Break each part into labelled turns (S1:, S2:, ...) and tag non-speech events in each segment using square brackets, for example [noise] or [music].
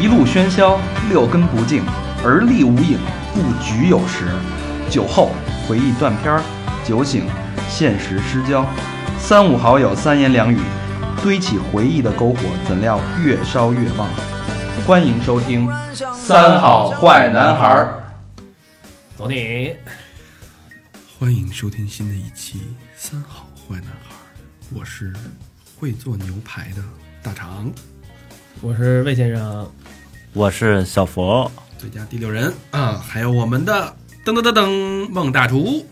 S1: 一路喧嚣，六根不净，而立无影，不局有时。酒后回忆断片儿，酒醒现实失焦。三五好友三言两语，堆起回忆的篝火，怎料越烧越旺。欢迎收听《三好坏男孩儿》。
S2: 走你！
S3: 欢迎收听新的一期《三好坏男孩》，我是会做牛排的大肠，
S2: 我是魏先生，
S4: 我是小佛，
S3: 最佳第六人啊，还有我们的噔噔噔噔孟大厨。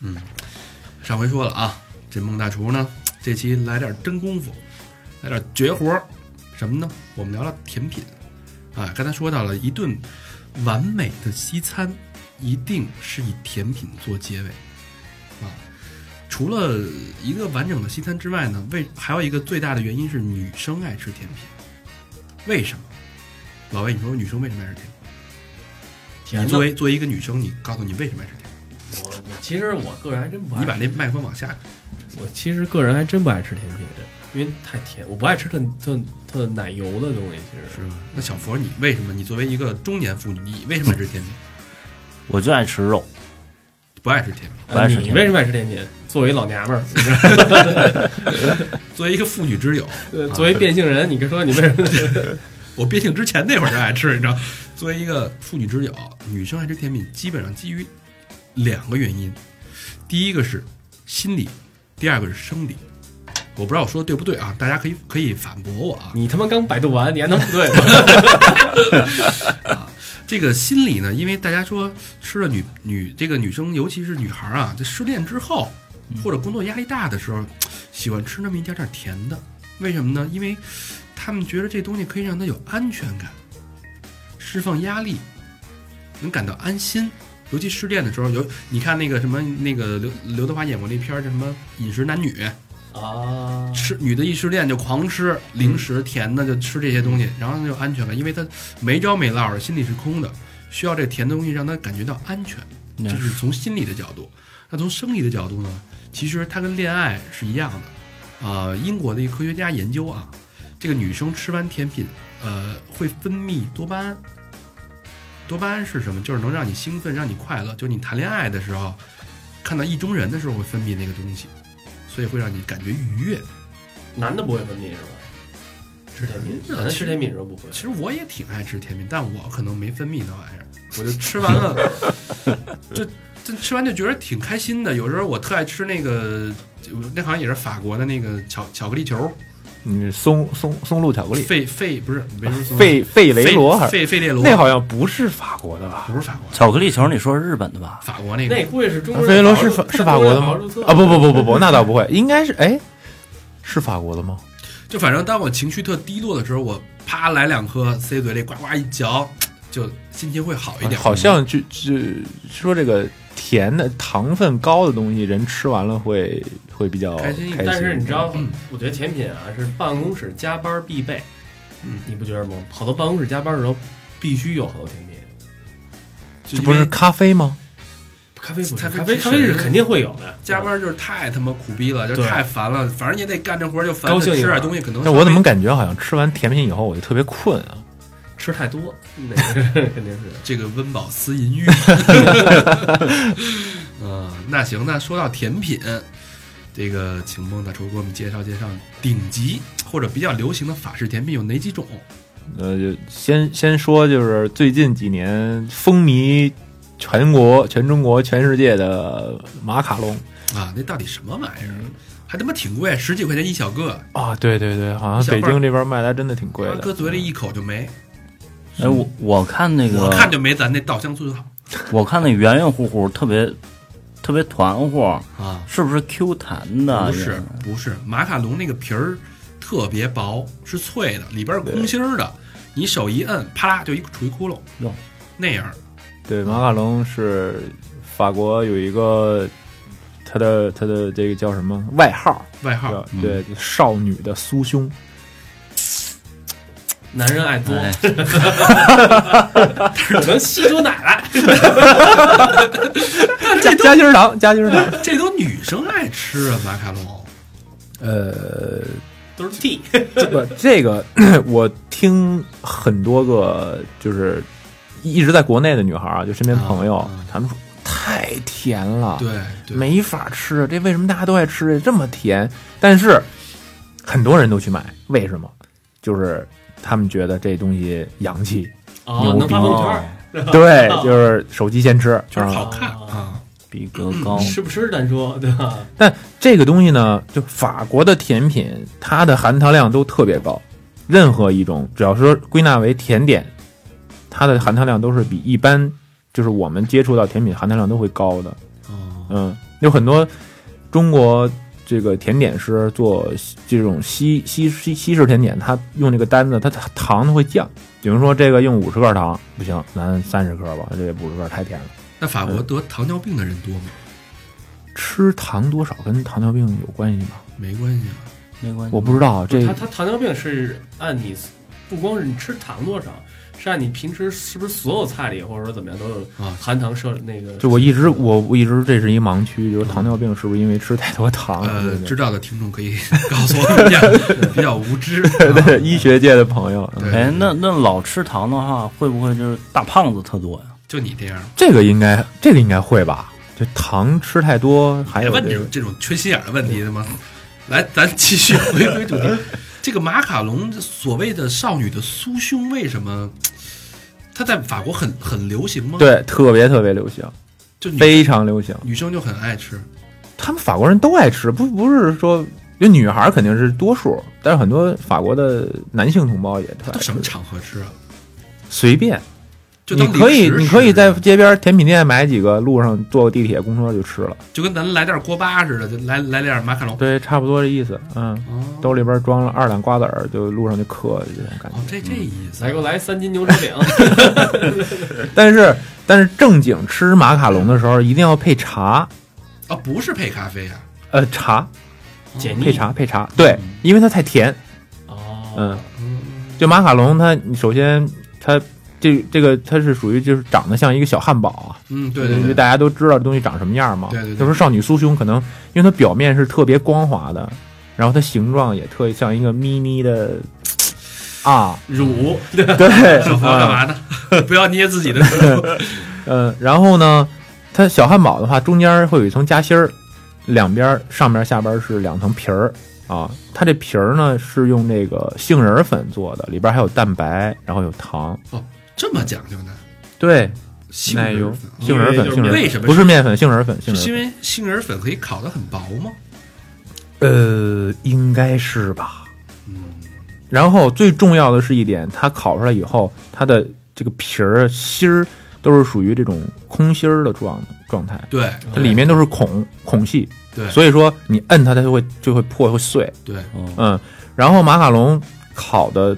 S3: 嗯，上回说了啊，这孟大厨呢，这期来点真功夫，来点绝活儿，什么呢？我们聊聊甜品啊。刚才说到了一顿完美的西餐，一定是以甜品做结尾啊。除了一个完整的西餐之外呢，为还有一个最大的原因是女生爱吃甜品。为什么？老魏，你说女生为什么爱吃甜品？
S2: 甜
S3: 你作为作为一个女生，你告诉你为什么爱吃甜品？
S2: 我我其实我个人还真不爱，
S3: 你把那麦克风往下开，
S2: 我其实个人还真不爱吃甜品，因为太甜，我不爱吃特特特奶油的东西。其实
S3: 是吧？那小佛，你为什么？你作为一个中年妇女，你为什么爱吃甜品？
S4: 我就爱吃肉。
S3: 不爱吃甜品。
S4: 不爱吃
S2: 呃你
S4: 甜品
S2: 为什么爱吃甜品？作为一老娘们儿，你知道
S3: 作为一个妇女之友，
S2: 呃作为变性人，你说你为什么？
S3: 我变性之前那会儿就爱吃，你知道。 [laughs] 作为一个妇女之友，女生爱吃甜品，基本上基于两个原因，第一个是心理，第二个是生理。我不知道我说的对不对啊？大家可以可以反驳我啊。
S2: 你他妈刚百度完，你还能不对吗？
S3: 这个心理呢，因为大家说吃了女女这个女生，尤其是女孩啊，在失恋之后或者工作压力大的时候，喜欢吃那么一点点甜的，为什么呢？因为他们觉得这东西可以让她有安全感，释放压力，能感到安心。尤其失恋的时候，有你看那个什么那个刘刘德华演过那片儿叫什么《饮食男女》，
S2: 啊，
S3: 吃女的一失恋就狂吃零食、甜的，就吃这些东西，然后她就安全感，因为她没招没落的，心里是空的，需要这甜的东西让她感觉到安全，这是从心理的角度。那从生理的角度呢？其实它跟恋爱是一样的。呃，英国的一个科学家研究啊，这个女生吃完甜品，呃，会分泌多巴胺。多巴胺是什么？就是能让你兴奋，让你快乐。就是你谈恋爱的时候，看到意中人的时候会分泌那个东西，所以会让你感觉愉悦。
S2: 男的不会分泌是吧？吃甜品，
S3: 那
S2: 男的
S3: 其
S2: 吃
S3: 实
S2: 甜品的时候不会。
S3: 其实我也挺爱吃甜品，但我可能没分泌那玩意儿，我就吃完
S5: [laughs]
S3: 了，就这吃完就觉得挺开心的。有时候我特爱吃那个，那好像也是法国的那个巧巧克力球，
S5: 嗯，松松松露巧克力，
S3: 费费不是没什么
S5: 费嗯费雷罗还是
S3: 费费列罗，
S5: 那好像不是法国的吧？
S3: 不是法国，
S4: 巧克力球，你说是日本的吧？
S3: 法国那个
S2: 那估计是中国人
S5: 啊费雷罗
S2: 烤
S5: 是
S2: 肉
S5: 法是法国的吗？啊，不不不不不，那倒不会，应该是哎，是法国的吗？
S3: 就反正当我情绪特低落的时候，我啪来两颗塞嘴里，呱呱一嚼，就心情会好一点。
S5: 好像就就说这个甜的糖分高的东西，人吃完了会会比较
S3: 开
S5: 开
S3: 心一
S5: 心
S3: 点。
S2: 但是你知道
S3: 嗯，
S2: 我觉得甜品啊是办公室加班必备，
S3: 嗯
S2: 你不觉得吗？好多办公室加班的时候必须有好多甜品，
S3: 就
S5: 这不是咖啡吗？
S2: 咖啡不是
S3: 咖啡
S2: 咖啡
S3: 是
S2: 咖啡是肯定会有的，
S3: 加班就是太他妈苦逼了，就
S2: 对
S3: 太烦了，反正也得干这活儿，就烦。
S2: 高兴一
S3: 吃
S2: 会儿
S3: 点东西可能
S5: 但我怎么感觉好像吃完甜品以后我就特别困啊？
S2: 吃太多，那个肯定是的。
S3: 这个温饱思淫欲？嗯，那行，那说到甜品，这个请孟大厨给我们介绍介绍顶级或者比较流行的法式甜品有哪几种？
S5: 呃，就先先说，就是最近几年风靡全国、全中国、全世界的马卡龙
S3: 啊，那到底什么玩意儿？还他妈挺贵，十几块钱一小个，
S5: 啊，对对对，好
S3: 小
S5: 像北
S3: 块儿
S5: 京这边卖的还真的挺贵的，
S3: 搁嘴里一口就没。
S4: 哎，我我看那个，
S3: 我看就没咱那稻香村好
S4: 我看那圆圆乎乎，特别特别团乎，
S3: 啊！
S4: 是不是 Q 弹的？
S3: 不是不是，马卡龙那个皮儿特别薄，是脆的，里边儿空心儿的，你手一摁，啪啦就一杵一窟窿
S4: 哟，
S3: 那样儿
S5: 对，马卡龙是法国有一个它的它的这个叫什么外号，
S3: 外号
S5: 叫。对少女的酥胸，
S2: 男人爱作，
S4: 哎，
S2: [laughs] 只能吸出奶来。
S5: 加加心
S3: [laughs]
S5: 儿糖，加心儿糖。
S3: 这都女生爱吃啊，马卡龙。
S5: 呃，
S6: 都是 T，
S5: 这
S3: [laughs]
S5: 个这个 [clears throat] 我听很多个就是一直在国内的女孩儿啊，就身边朋友
S3: 啊啊，
S5: 她们说太甜了，
S3: 对对，
S5: 没法吃，这为什么大家都爱吃这么甜？但是很多人都去买，为什么？就是他们觉得这东西
S3: [laughs]
S5: 洋气，
S6: 哦
S5: 牛，
S6: 能发
S5: 逼
S6: 朋友圈儿，
S5: 对，就是手机先吃，
S3: 就是
S5: 啊
S3: 好看啊
S6: 啊，
S4: 逼格
S5: 哦
S4: 高，
S6: 吃不吃咱说，对吧？
S5: 但这个东西呢，就法国的甜品，它的含糖量都特别高，任何一种只要说归纳为甜点，它的含糖量都是比一般就是我们接触到甜品含糖量都会高的。
S3: 哦
S5: 嗯，有很多中国这个甜点师做西这种西西西西式甜点，他用这个单子，他他糖会降。比如说这个用五十克糖不行，咱三十克吧，这五十克太甜了。
S3: 那法国得糖尿病的人多吗？
S5: 吃糖多少跟糖尿病有关系吗？
S3: 没关系啊，
S4: 没关系。
S5: 我不知道这
S2: 他他糖尿病是按你不光是你吃糖多少，是按你平时是不是所有菜里或者说怎么样都有
S3: 啊
S2: 含糖摄那个。
S5: 就我一直我我一直这是一盲区，就是糖尿病是不是因为吃太多糖？
S3: 呃，
S5: 对
S3: 知道的听众可以告诉我们一下，比较无
S5: [laughs]
S3: 知。啊
S5: 对对，医学界的朋友，嗯
S3: 对
S4: 哎，那那老吃糖的话，会不会就是大胖子特多呀？
S3: 就你这样，
S5: 这个应该这个应该会吧？就糖吃太多，还
S3: 别
S5: 有
S3: 问
S5: 这
S3: 这
S5: 个
S3: 种这种缺心眼儿的问题的吗？来，咱继续回归主题。
S5: [laughs]
S3: 这个马卡龙所谓的少女的酥胸，为什么它在法国很很流行吗？，
S5: 对特别特别流行，
S3: 就女
S5: 非常流行。
S3: 女生就很爱吃。
S5: 他们法国人都爱吃，不不是说就女孩儿肯定是多数，但是很多法国的男性同胞也特
S3: 它
S5: 爱
S3: 都
S5: 吃
S3: 什么场合吃啊？
S5: 随便，
S3: 就
S5: 你
S3: 当
S5: 可以
S3: 零食吃啊
S5: 你可以在街边甜品店买几个，路上坐个地铁、公车就吃了。
S3: 就跟咱来点锅巴似的，就来来点马卡龙。
S5: 对，差不多这意思。嗯，
S3: 哦
S5: 兜里边装了二两瓜子儿，就路上就嗑这种感觉
S3: 哦。，这这
S5: 嗯
S3: 意思
S2: 来给我来三斤牛舌饼，
S5: 但是但是正经吃马卡龙的时候，一定要配茶，
S3: 啊，不是配咖啡啊，
S5: 呃，茶
S2: 解
S5: 配
S2: 腻
S5: 茶配茶，对，因为它太甜。
S2: 哦，
S5: 嗯，就马卡龙它，你首先它这这个它是属于就是长得像一个小汉堡啊，
S3: 嗯，对对
S5: 因为
S3: 对，
S5: 大家都知道这东西长什么样嘛。
S3: 对对对
S5: 就说少女酥胸，可能因为它表面是特别光滑的，然后它形状也特像一个咪咪的啊，
S2: 乳
S5: [laughs] 对，啊
S3: 小佛干嘛
S2: [laughs]
S3: 呢？不要捏自 [laughs] 己的手。
S5: 嗯，然后呢，它小汉堡的话，中间会有一层夹心儿，两边儿上边儿下边儿是两层皮儿啊。它这皮儿呢是用那个杏仁粉做的，里边儿还有蛋白，然后有糖，
S3: 哦这么讲究呢？
S5: 对，
S3: 杏
S5: 奶油
S3: 仁粉、
S5: 杏仁
S2: 因为就
S5: 粉、
S2: 是
S5: 杏仁粉
S3: 为什么
S5: 不是面粉？杏仁粉、杏仁
S3: 是因
S5: 粉，
S3: 为杏仁粉可以烤得很薄吗？
S5: 呃，应该是吧。
S3: 嗯，
S5: 然后最重要的是一点，它烤出来以后，它的这个皮儿芯儿都是属于这种空心儿的状状态，
S3: 对
S5: 它里面都是孔孔隙，
S3: 对
S5: 所以说你摁它，它就会就会破会碎，
S3: 对，
S4: 哦，
S5: 嗯。然后马卡龙烤的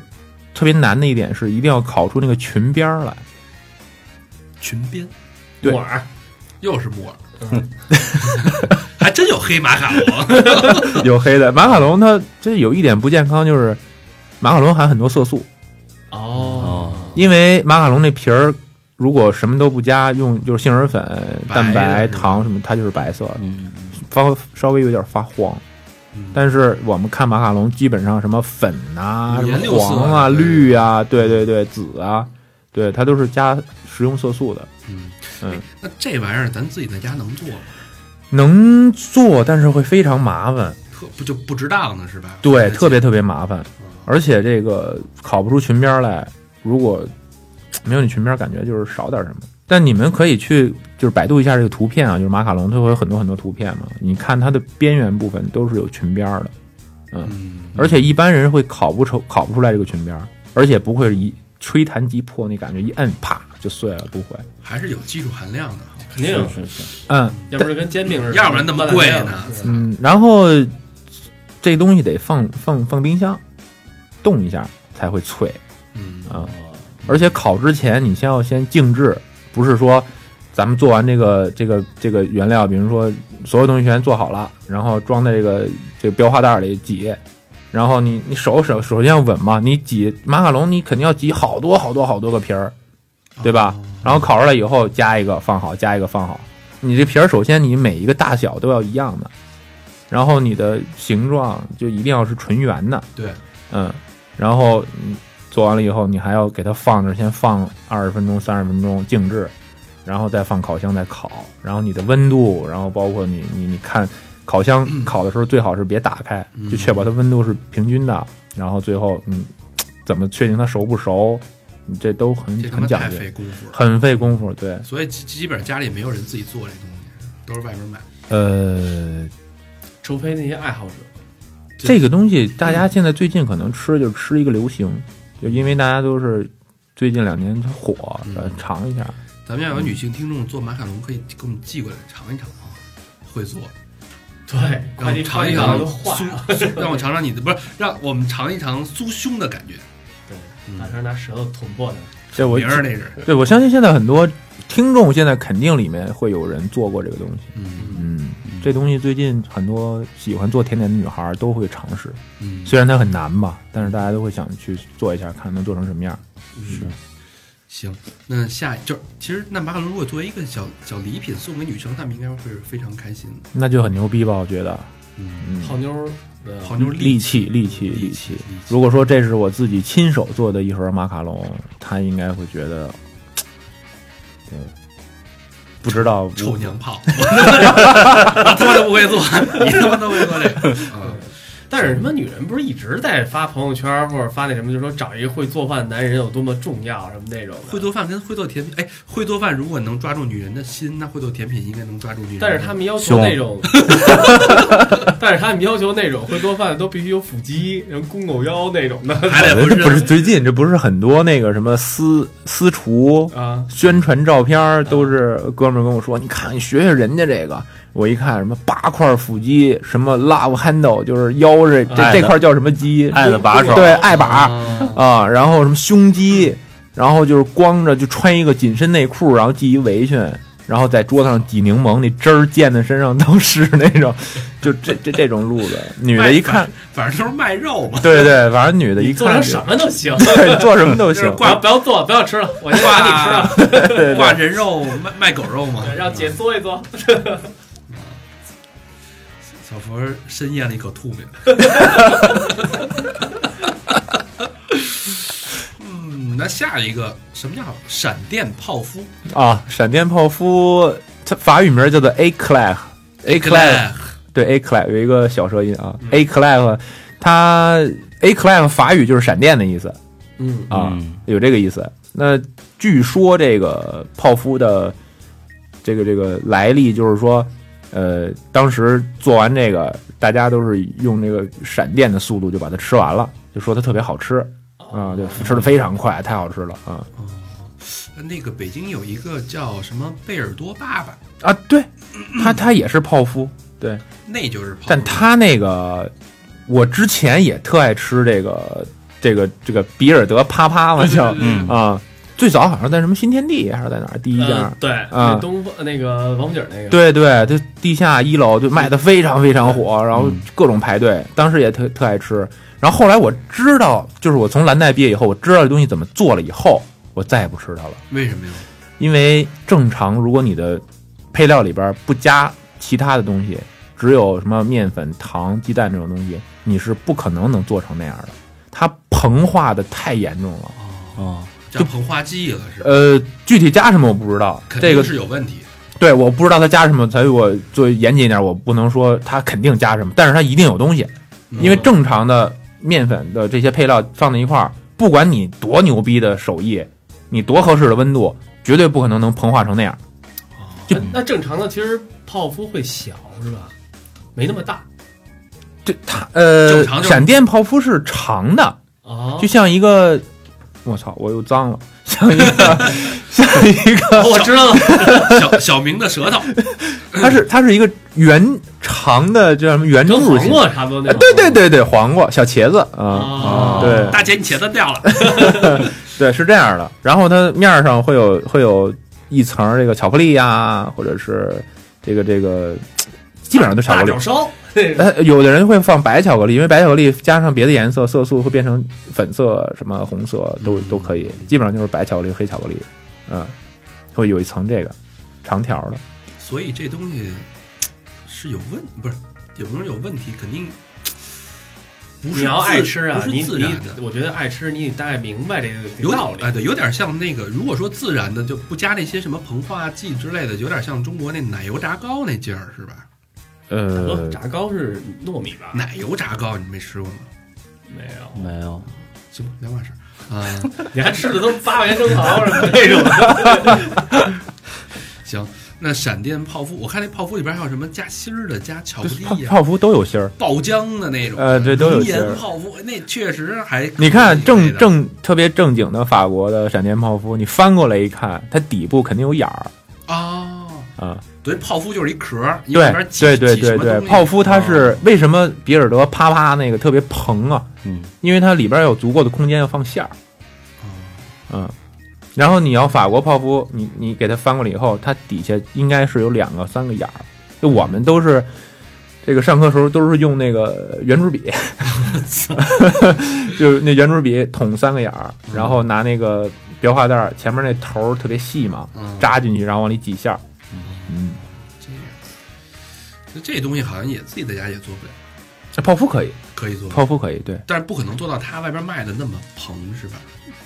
S5: 特别难的一点是，一定要烤出那个裙边儿来，
S3: 裙边
S5: 对嗯
S2: 木耳，
S3: 又是木
S5: [laughs]
S3: 耳， [laughs] 还真有黑马卡
S5: [laughs]
S3: 龙。
S5: 有黑的。马卡龙它这有一点不健康，就是马卡龙含很多色素，
S2: 哦，
S5: 因为马卡龙那皮儿如果什么都不加，用就是杏仁粉、
S3: 白
S5: 蛋白、
S3: 的
S5: 糖什么，它就是白色的，
S4: 嗯，
S5: 发稍微有点发黄。
S3: 嗯
S5: 但是我们看马卡龙，基本上什么粉啊、
S3: 五颜
S5: 什
S3: 六
S5: 么
S3: 色
S5: 黄啊、
S3: 的对
S5: 绿啊，对对对，紫啊，对，它都是加食用色素的。
S3: 嗯
S5: 嗯，
S3: 那这玩意儿咱自己在家能做吗？
S5: 能做，但是会非常麻烦，
S3: 特不就不值当的是吧？
S5: 对，
S3: 而且
S5: 特别特别麻烦
S3: 嗯，
S5: 而且这个烤不出裙边儿来，如果没有你裙边儿，感觉就是少点儿什么。但你们可以去就是百度一下这个图片啊，就是马卡龙，它会有很多很多图片嘛，你看它的边缘部分都是有裙边儿的，
S3: 嗯，
S5: 而且一般人会烤不出烤不出来这个裙边儿，而且不会一吹弹即破那感觉，一摁啪就碎了，不会。
S3: 还是有技术含量的哈，
S2: 肯定，
S4: 是是，
S5: 嗯
S2: 要不然跟煎饼似的，
S3: 要不然那么贵呢
S2: 嗯
S5: 嗯，然后这东西得放放放冰箱，冻一下才会脆。
S3: 嗯，
S5: 啊，而且烤之前你先要先静置，不是说咱们做完这个这个这个原料，比如说所有东西全做好了，然后装在这个这个裱花袋里挤，然后你你手手首先要稳嘛，你挤马卡龙你肯定要挤好多好多好多个皮儿，
S3: 哦
S5: 对吧？然后烤出来以后加一个放好，加一个放好，你这皮儿首先你每一个大小都要一样的，然后你的形状就一定要是纯圆的，
S3: 对，
S5: 嗯，然后你做完了以后，你还要给它放那儿，先放二十分钟、三十分钟静置，然后再放烤箱再烤，然后你的温度，然后包括你你你看烤箱
S3: 嗯
S5: 烤的时候最好是别打开，
S3: 嗯
S5: 就确保它温度是平均的，然后最后嗯，怎么确定它熟不熟，你这都很
S3: 这他
S5: 很
S3: 妈
S5: 讲
S3: 太
S5: 究，
S3: 费功夫了。
S5: 很费功夫，对，
S3: 所以基基本上家里没有人自己做这东西，都是外边买。
S5: 呃，
S2: 除非那些爱好者，
S5: 这个东西大家现在最近可能吃就吃一个流行，就因为大家都是最近两年它火，
S3: 嗯
S5: 呃尝一下。
S3: 咱们要有女性听众做马卡龙，可以给我们寄过来尝一尝啊，会做，
S2: 对，
S3: 让
S2: 快
S3: 我们
S2: 递快
S3: 尝一
S2: 递
S3: 尝
S2: 都坏了，
S3: 酥，酥让我尝尝你的不是，让我们尝一尝酥胸的感觉。
S2: 对，
S3: 嗯
S2: 打算拿舌头捅破它。
S5: 这我
S3: 明儿那是，
S5: 对我相信现在很多听众现在肯定里面会有人做过这个东西。
S3: 嗯
S5: 嗯，这东西最近很多喜欢做甜点的女孩都会尝试，
S3: 嗯，
S5: 虽然它很难吧，但是大家都会想去做一下，看能做成什么样。
S3: 是。行，那下就是其实那马卡龙如果作为一个小小礼品送给女生，她们应该会非常开心的。
S5: 那就很牛逼吧？我觉得，
S3: 嗯，
S5: 嗯，
S2: 泡妞儿的
S3: 好牛
S5: 利器，利器，
S3: 利器
S5: 利器。，
S3: 利器
S5: 如果说这是我自己亲手做的一盒马卡龙，他应该会觉得，对，不知道
S3: 臭娘炮， [laughs] 我他妈都不会做，你他妈都会做这个。嗯
S2: 但是他妈女人不是一直在发朋友圈儿或者发那什么，就说找一个会做饭的男人有多么重要什么那种的。
S3: 会做饭跟会做甜品，哎，会做饭如果能抓住女人的心，那会做甜品应该能抓住女人的。
S2: 但是他们要求那种， [laughs]
S3: [laughs]
S2: 但是他们要求那种会做饭的都必须有腹肌，什么肱狗腰那种的
S3: 还得
S5: 这不
S3: 是
S5: 是最近，这不是很多那个什么私私厨
S2: 啊。
S5: 宣传照片儿都是
S4: 啊
S5: 哥们儿跟我说，你看你学学人家这个。我一看什么八块腹肌，什么 love handle，就是腰这这
S4: 爱
S5: 这
S4: 的
S5: 块儿叫什么肌？
S4: 爱的把手
S5: 对，爱把
S3: 啊
S5: 啊，然后什么胸肌，然后就是光着就穿一个紧身内裤，然后系一围裙，然后在桌子上挤柠檬，那汁儿溅的身上都是那种，就这这这种路子。女的一看，
S3: 反正都是卖
S2: [laughs]
S3: 肉嘛，
S5: 对对，反正女的一
S2: 你做
S5: 看
S2: 成
S5: 就
S2: 什么都行，
S5: [laughs] 对，做什么都
S2: 就是
S5: 行，
S2: 挂不要做，不要吃了，我先把你吃了
S3: 挂，挂人肉卖卖狗肉嘛
S2: 对，让姐嘬一嘬。
S3: 小佛深咽了一口吐沫。嗯，那下一个什么叫闪电泡芙
S5: 啊。闪电泡芙，它法语名叫做 A clack。A clack 对 A clap 有一个小舌音啊、a
S2: 嗯
S5: clap 它 A clap 法语就是闪电的意思，
S2: 嗯
S5: 啊、
S4: 嗯
S5: 有这个意思。那据说这个泡芙的这个这个来历就是说，呃，当时做完这个，大家都是用这个闪电的速度就把它吃完了，就说它特别好吃啊、对，吃的非常快，太好吃了啊、
S3: 哎那个北京有一个叫什么贝尔多爸爸，
S5: 啊！对，它它也是泡芙，对，
S3: 那就是泡芙。
S5: 但他那个，我之前也特爱吃这个这个这个比尔德啪啪嘛叫
S4: 嗯
S5: 啊，最早好像在什么新天地还是在哪儿第一家
S2: 呃，，对，那东方那个王府井那个，
S5: 对对，就地下一楼就卖的非常非常火，然
S3: 嗯
S5: 后各种排队，当时也特特爱吃。然后后来我知道，就是我从蓝带毕业以后，我知道这东西怎么做了以后，我再也不吃它了，
S3: 为什么呀？
S5: 因为正常如果你的配料里边不加其他的东西，只有什么面粉、糖、鸡蛋这种东西，你是不可能能做成那样的。它膨化的太严重了，
S3: 哦，
S4: 哦，
S3: 叫膨化剂了是吧？
S5: 呃，具体加什么我不知道，
S3: 肯
S5: 这个
S3: 定是有问题。
S5: 对，我不知道他加什么，所以我做严谨一点，我不能说他肯定加什么，但是他一定有东西，
S3: 嗯
S5: 因为正常的面粉的这些配料放在一块儿，不管你多牛逼的手艺，你多合适的温度，绝对不可能能膨化成那样。
S2: 那那正常的其实泡芙会小是吧？没那么大
S5: 这它呃
S3: 正常，就是
S5: 闪电泡芙是长的，
S2: 啊
S5: 就。像一个，我操，我又
S2: [laughs]
S5: 脏了，像一个像一个，
S2: 我知道了，
S3: 小 [laughs] 小明的舌头，
S5: 它是它是一个圆长的，叫什么圆
S2: 跟
S5: 柱
S2: 黄
S5: 形。
S2: 瓜差不多那
S5: 哎
S2: 种。
S5: 对对对对，黄瓜、小茄子啊，
S2: 啊，
S5: 对
S3: 大姐你茄子掉了。
S5: 对，是这样的。然后它面儿上会有会有一层儿这个巧克力呀、或者是这个这个，基本上都是巧克
S2: 大
S5: 力
S2: 脚。烧那种
S5: 呃，有的人会放白巧克力，因为白巧克力加上别的颜色，色素会变成粉色、什么红色
S3: 嗯
S5: 都都可以。基本上就是白巧克力、黑巧克力，嗯，会有一层这个长条的。
S3: 所以这东西是有问，不是有的时候有问题，肯定不是
S2: 你要
S3: 自
S2: 爱吃啊，
S3: 不
S2: 你
S3: 是自然
S2: 你
S3: 的，，
S2: 我觉得爱吃你得大概明白这
S3: 有
S2: 个
S3: 点
S2: 道理
S3: 哎，。对，有点像那个，如果说自然的就不加那些什么膨化剂之类的，有点像中国那奶油炸糕那劲儿，是吧？
S5: 呃
S2: 呃，炸糕是糯米吧？
S3: 奶油炸糕你没吃过吗？
S2: 没有，
S4: 没有，
S3: 行，两码事儿 [laughs] 啊。
S2: 你还吃的都八块钱生蚝什么的那种？
S3: 行，那闪电泡芙，我看那泡芙里边还有什么加芯儿的、加巧克
S5: 泡
S3: 力呀、
S5: 泡芙都有芯儿。
S3: 爆浆的那种，
S5: 呃对都有
S3: 熔
S5: 馅儿
S3: 岩泡芙，那确实还可以
S5: 你看
S3: 那
S5: 正
S3: 个
S5: 正特别正经的法国的闪电泡芙，你翻过来一看，它底部肯定有眼儿
S3: 哦，
S5: 啊。
S3: 对，泡芙就是一壳儿，你
S5: 对
S3: 往里边挤
S5: 对对
S3: 挤什
S5: 对
S3: 么
S5: 对，
S3: 东西
S5: 泡芙它是为什么比尔德啪啪那个特别蓬啊？
S4: 嗯，
S5: 因为它里边有足够的空间要放馅儿。嗯，然后你要法国泡芙，你你给它翻过来以后，它底下应该是有两个三个眼儿。就我们都是这个上课时候都是用那个圆珠笔，就是那圆珠笔捅三个眼儿，然后拿那个裱画袋儿前面那头儿特别细嘛，
S3: 嗯
S5: 扎进去，然后往里挤馅儿。嗯，
S3: 这样，就这东西好像也自己在家也做不了，
S5: 那泡芙可以，
S3: 可以做，
S5: 泡芙可以，对，
S3: 但是不可能做到它外边卖的那么蓬，是吧？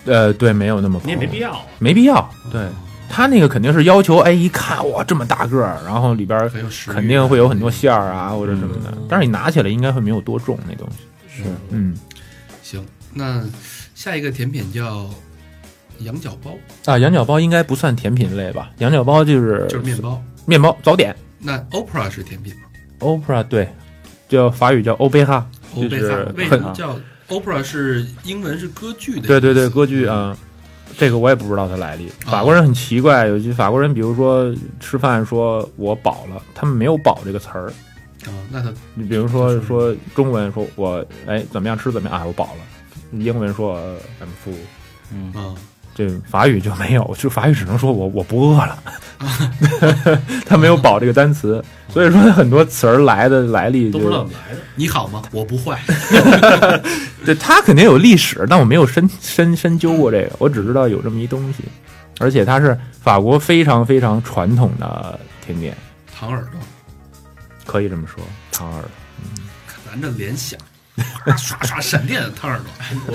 S5: 呃，对，没有那么
S2: 你也没
S5: 蓬
S2: 必要啊。
S5: 没必要，对他那个肯定是要求，哎，一看哇这么大个儿，然后里边儿
S3: 很有食欲，
S5: 呃
S3: 啊
S5: 肯定会有很多馅儿啊或者什么的，但是你拿起来应该会没有多重那东西。
S2: 是
S5: 嗯
S3: 行。那下一个甜品叫羊角包，
S5: 啊，羊角包应该不算甜品类吧？羊角包呃就是
S3: 就是面包。
S5: 面包早点
S3: 那 OPRA 是甜品吗
S5: ，OPRA 对，叫法语叫欧贝哈，
S3: 欧
S5: 就
S3: 贝萨
S5: 是
S3: 为什
S5: 很
S3: 么叫 OPRA？是英文是歌剧的意思，
S5: 对对对歌剧啊。这个我也不知道它来历。
S3: 啊
S5: 法国人很奇怪，有些法国人，比如说吃饭说“我饱了”，他们没有“饱”这个词儿，
S3: 啊。那它
S5: 你比如说说中文说我哎怎么样吃怎么样啊我饱了，英文说呃 I'm full，
S4: 嗯，
S3: 啊，
S5: 这法语就没有，就 [laughs] 法语只能说我我不饿
S2: [laughs]
S5: 了，它没有饱这个单词，所以说很多词儿来的来历
S2: 都不知道
S5: 就
S2: 怎么来的。
S3: 你好吗？我不坏，
S5: 对它肯定有历史，但我没有深深深究过这个，我只知道有这么一东西，而且它是法国非常非常传统的甜点，
S3: 糖耳朵，
S5: 可以这么说，糖耳。
S3: 咱这联
S5: [laughs]
S3: 想，刷刷闪电的糖耳 朵，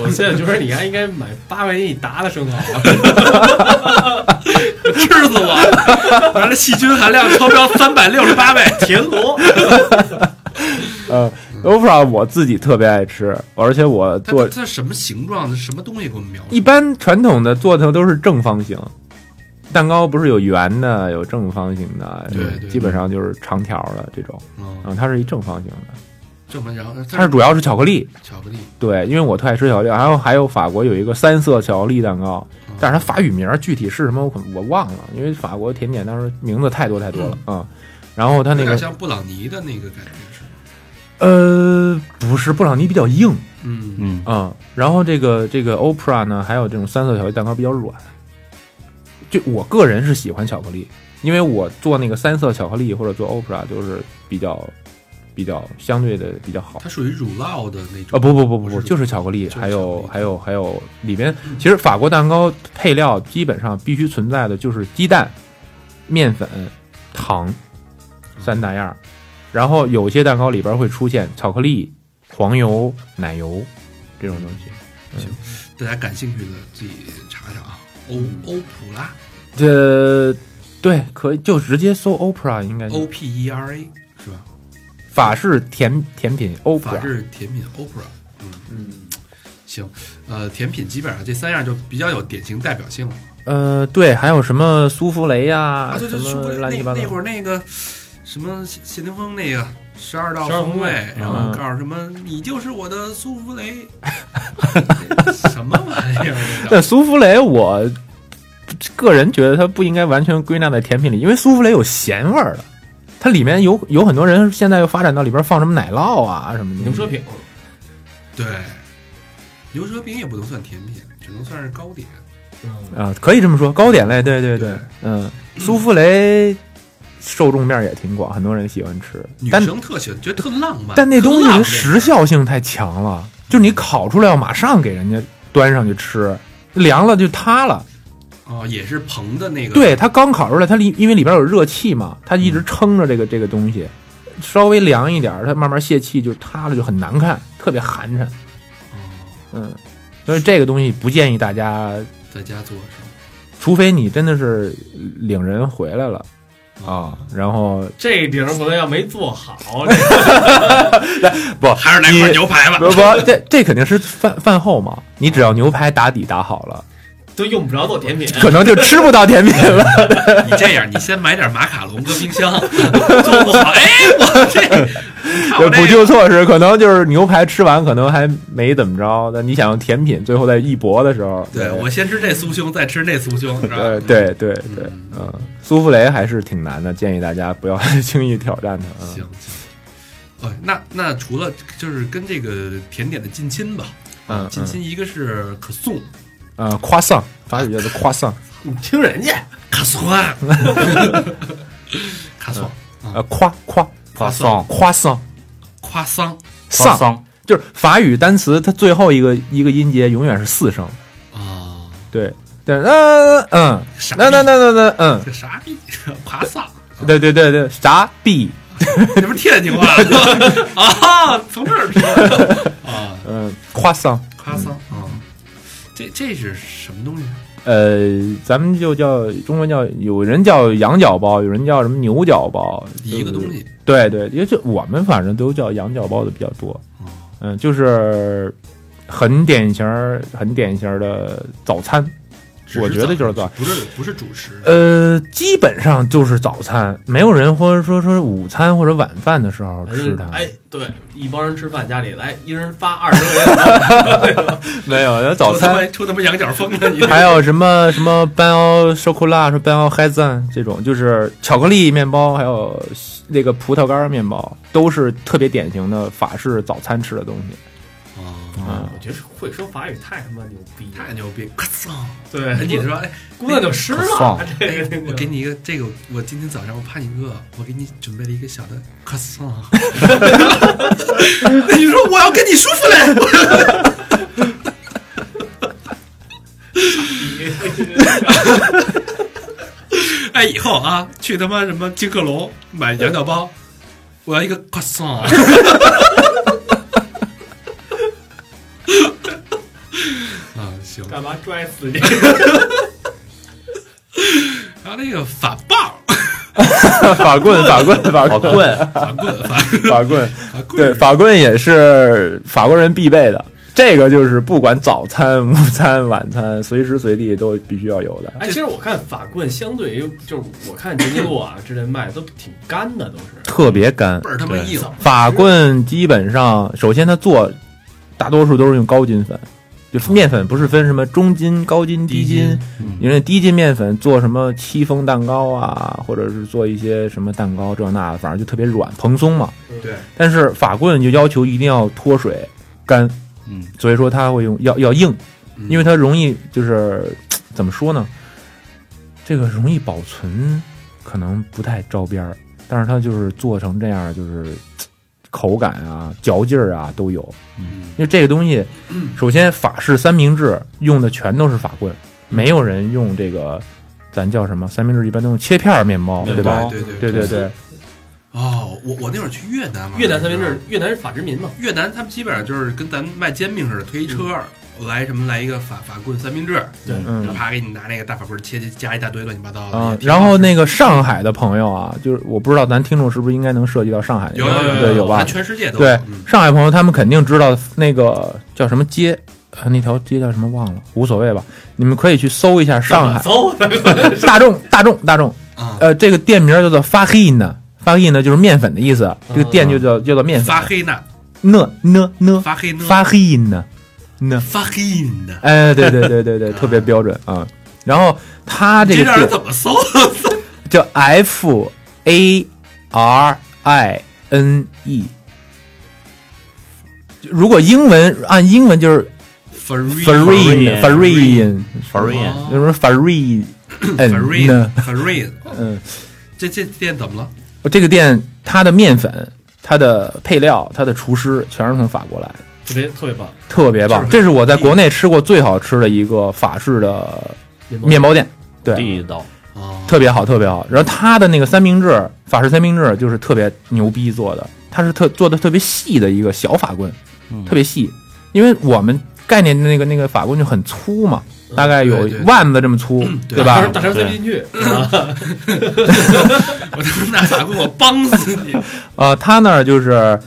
S6: [laughs]
S2: 我现在觉得你还应该买八块钱一打的生蚝，
S6: 啊
S3: 吃死我！完了，细菌含量超标 [laughs] 三百六十
S6: [laughs]
S3: 八倍，
S2: 田螺。
S5: 呃，OPRA 我自己特别爱吃，而且我
S3: 它
S5: 做
S3: 它它什么形状？什么东西给我们描述？
S5: 一般传统的做的都是正方形，蛋糕不是有圆的，有正方形的，
S3: 对对对
S5: 基本上就是长条的这种。
S3: 嗯，
S5: 嗯，它是一正方形的，
S3: 这么然后
S5: 它是主要是巧克力，
S3: 巧克力，
S5: 对，因为我特爱吃巧克力，然后还有法国有一个三色巧克力蛋糕，
S3: 嗯
S5: 但是它法语名儿具体是什么我可我忘了，因为法国甜点当时名字太多太多了啊、嗯然后它那
S3: 有点
S5: 个
S3: 像布朗尼的那个感觉是吗？
S5: 呃不是布朗尼比较硬
S3: 嗯
S4: 嗯，
S5: 嗯，然后这个这个 OPRA 呢，还有这种三色巧克力蛋糕比较软。就我个人是喜欢巧克力，因为我做那个三色巧克力或者做 OPRA 就是比较比较相对的比较好。
S3: 它属于乳酪的那种
S5: 啊不不不不
S3: 不
S5: 不，
S3: 是
S5: 就是巧克力，
S3: 就是巧克
S5: 还有
S3: 力
S5: 还有还有里边，其实法国蛋糕配料基本上必须存在的就是鸡蛋、面粉、糖三大样儿，然后有些蛋糕里边会出现巧克力、黄油、奶油这种东西。
S3: 大家感兴趣的自己查查啊。欧欧普拉
S5: 这呃对，可以就直接搜 OPRA 应该就
S3: O P E R A 是
S5: 啊
S3: 吧？
S5: 法式甜甜品
S3: 法
S5: OPRA，
S3: 制甜品 OPRA，嗯嗯，行，呃，甜品基本上这三样就比较有典型代表性了
S5: 呃，对，还有什么苏芙蕾呀、
S3: 啊。对
S5: 什
S3: 对，说不
S5: 么乱
S3: 那
S5: 七八糟
S3: 那。会儿那个什么谢谢霆锋那个十二道
S2: 十二
S3: 风
S2: 风味
S3: 然后
S5: 嗯
S3: 告诉什么你就是我的苏芙蕾，
S5: [laughs]
S3: 什么玩意儿？这
S5: 但苏芙蕾我个人觉得它不应该完全归纳在甜品里，因为苏芙蕾有咸味儿的，它里面有有很多人现在又发展到里边放什么奶酪啊什么的。
S2: 牛舌饼，
S3: 对，牛舌饼也不能算甜品，只能算是糕点。
S5: 啊、可以这么说，糕点类，对对对，嗯，苏芙蕾受众面也挺广，很多人喜欢吃
S3: 女，
S5: 但
S3: 生特喜欢，觉得特浪漫。
S5: 但那东西
S3: 啊特浪嗯
S5: 的
S3: 漫
S5: 时效性太强了，就是你烤出来要马上给人家端上去吃，凉了就塌了。
S3: 哦，也是嗯膨的那个
S5: 对，它刚烤出来，它里因为里边有热气嘛，它一直撑着这个这个东西，稍微凉一点儿，它慢慢泄气就塌了，就很难看，特别寒碜。
S3: 哦
S5: 嗯，所以这个东西不建议大家，
S3: 在家做是吗？
S5: 除非你真的是领人回来了
S3: 哦
S5: 啊，然后
S6: 这顶儿可能要没做好，
S3: 还是来块牛排吧。
S5: 不不，这这肯定是饭饭后嘛，你只要牛排打底打好了，
S6: 这都用不着做甜品。
S5: 可能就吃不到甜品了。
S3: 你这样，你 [laughs] 先买点马卡龙搁冰箱，做不好，哎，我这看我
S5: 对，
S3: 这
S5: 补救措施可能就是牛排吃完可能还没怎么着，但你想用甜品，最后在一搏的时候，
S3: 对我先吃这酥胸，再吃那酥胸，是吧？
S5: 呃，对对对，嗯，苏芙蕾还是挺难的，建议大家不要 [laughs] 轻易挑战它。嗯
S3: 行，行。哦，那那除了就是跟这个甜点的近亲吧，
S5: 嗯
S3: 近亲一个是可颂，
S5: 嗯，呃夸上，法语叫做夸上，
S6: 你听人家，
S3: 卡颂啊，
S6: [laughs]
S3: 卡颂，
S5: 呃，夸夸
S4: 夸桑
S5: 夸上
S3: 夸桑
S4: 夸
S5: 上，
S4: 桑，
S5: 就是法语单词，它最后一个一个音节永远是四声。
S3: 啊，
S5: 对，对，嗯嗯，
S3: 傻逼
S5: 那那那那那，嗯，
S3: 这啥
S6: [laughs]
S3: 逼，夸桑，
S5: 对对对对，傻逼，
S3: 这不是天津话吗 [laughs] 啊？从这儿说的啊，
S5: 嗯，夸上，
S3: 夸桑啊，这这是什么东西？
S5: 呃，咱们就叫中文叫，有人叫羊角包，有人叫什么牛角包，
S3: 一个
S5: 就是
S3: 东西，
S5: 对对，因为这我们反正都叫羊角包的比较多
S3: 哦，
S5: 嗯，就是很典型儿、很典型儿的早餐，
S3: 只
S5: 我觉得就是早
S3: 不是不是主食，
S5: 呃，基本上就是早餐，没有人或者说说午餐或者晚饭的时候吃它，
S6: [laughs] 哎，对，一帮人吃饭，家里来一人发二十块钱，
S5: 没有，那早
S3: 出他
S5: 餐
S3: 妈出他妈羊角风啊了，你 [laughs]
S5: 还有什么什么班奥烧库拉、说班奥嗨赞这种，就是巧克力面包，还有那个葡萄干面包，都是特别典型的法式早餐吃的东西。 [laughs]
S3: 啊，
S5: 嗯，
S6: 我觉得会说法语太他妈牛逼了。
S3: 太牛逼，夸桑。
S6: 对，
S3: 你
S6: 说
S3: 说，哎，
S6: 姑娘就湿了
S5: 放，
S6: 这
S5: [laughs]
S6: 个这
S3: 我
S6: 个
S3: 给你一个这个，我今天早上我怕你饿，我给你准备了一个小的夸
S5: [laughs]
S3: 桑。 [laughs] 你说我要跟你舒服嘞，哎，以后啊，去他妈什么金客隆买羊角包，我要一个夸桑。 [laughs] 啊，行，
S6: 干嘛拽死你？
S3: 然后那个法棒、
S5: 法棍，法棍，法
S4: 好
S5: 棍，
S4: 棍，
S3: 法棍、法
S5: 法棍，
S3: 法棍
S5: 对，法棍也是法国人必备的。这个就是不管早餐、午餐、晚餐，随时随地都必须要有的。 [laughs]
S6: 哎，其实我看法棍相对于就是我看杰尼路啊之类卖的都挺干的，都是
S5: 特别干
S3: 倍，儿他妈硬。
S5: 法棍基本上，首先它做大多数都是用高筋粉，就是面粉不是分什么中筋、高筋、低筋，
S3: 嗯
S5: 因为低筋面粉做什么戚风蛋糕啊，或者是做一些什么蛋糕这那的，反正就特别软蓬松嘛。
S3: 对。
S5: 但是法棍就要求一定要脱水干，
S1: 嗯，
S5: 所以说它会用要要硬，
S3: 嗯
S5: 因为它容易就是嘖怎么说呢，这个容易保存，可能不太招边儿，但是它就是做成这样，就是嘖口感啊、嚼劲儿啊都有。
S3: 嗯
S5: 因为这个东西，首先法式三明治用的全都是法棍，
S3: 嗯
S5: 没有人用这个，咱叫什么三明治一般都用切片儿面包，
S4: 面
S5: 对吧
S4: 包？
S3: 哎对对
S5: 对对对，
S3: 哦，我我那会儿去越南玩，
S6: 越南三明治，，越南是法殖民嘛，
S3: 越南他们基本上就是跟咱们卖煎饼似的，推一车，我来什么来一个法法棍三明治，
S5: 嗯
S3: 然后。啪给你拿那个大法棍切切加一大堆乱七八糟的。
S5: 啊
S3: 也，挺好
S5: 然后那个上海的朋友啊，就是我不知道咱听众是不是应该能涉及到上海那
S3: 有
S5: 边
S3: 有
S5: 对
S3: 有
S5: 吧
S3: 咱？全世界都有
S5: 对，
S3: 嗯
S5: 上海朋友他们肯定知道那个叫什么街，啊那条街叫什么忘了，无所谓吧。你们可以去搜一下上海
S6: 走，
S5: 大众大众大众，
S3: 啊，
S5: 呃，这个店名叫做 Fahina。发 a 呢就是面粉的意思，这个店就叫叫做面粉。
S3: 嗯发黑呢，
S5: 呢呢呢
S3: 发黑呢，
S5: 发 a 呢呢，
S3: 发黑呢，
S5: 哎，对对
S3: [laughs]
S5: 对对对，特别标准啊。然后他这
S3: 这
S5: 个
S3: 让人
S5: 店
S3: 怎么
S5: [laughs]
S3: 搜？
S5: 叫 F A R I N E。如果英文按英文就是
S4: Farine
S5: Farin
S4: Farin
S5: 什么 Farin
S3: Farin Farin，
S5: 嗯，
S3: 这这店怎么了？
S5: 这个店它的面粉、它的配料、它的厨师全是从法国来的，
S6: 特别特别棒，
S5: 特别棒。
S3: 就是
S5: 这是我在国内吃过最好吃的一个法式的
S6: 面包
S5: 面包店。对，
S4: 地道，
S3: 啊，
S5: 特别好，特别好。然后它的那个三明治，法式三明治就是特别牛逼做的，它是特做的特别细的一个小法棍，
S4: 嗯
S5: 特别细。因为我们概念的那个那个法棍就很粗嘛，大概有
S3: 嗯对对对嗯
S5: 腕子这么粗，
S3: 对
S5: [laughs] 对
S6: 大
S5: 吧
S6: 肠？大肠塞不进去，
S3: 我他妈拿法棍我帮死
S5: [laughs]
S3: 你！
S5: 呃，它那儿就是，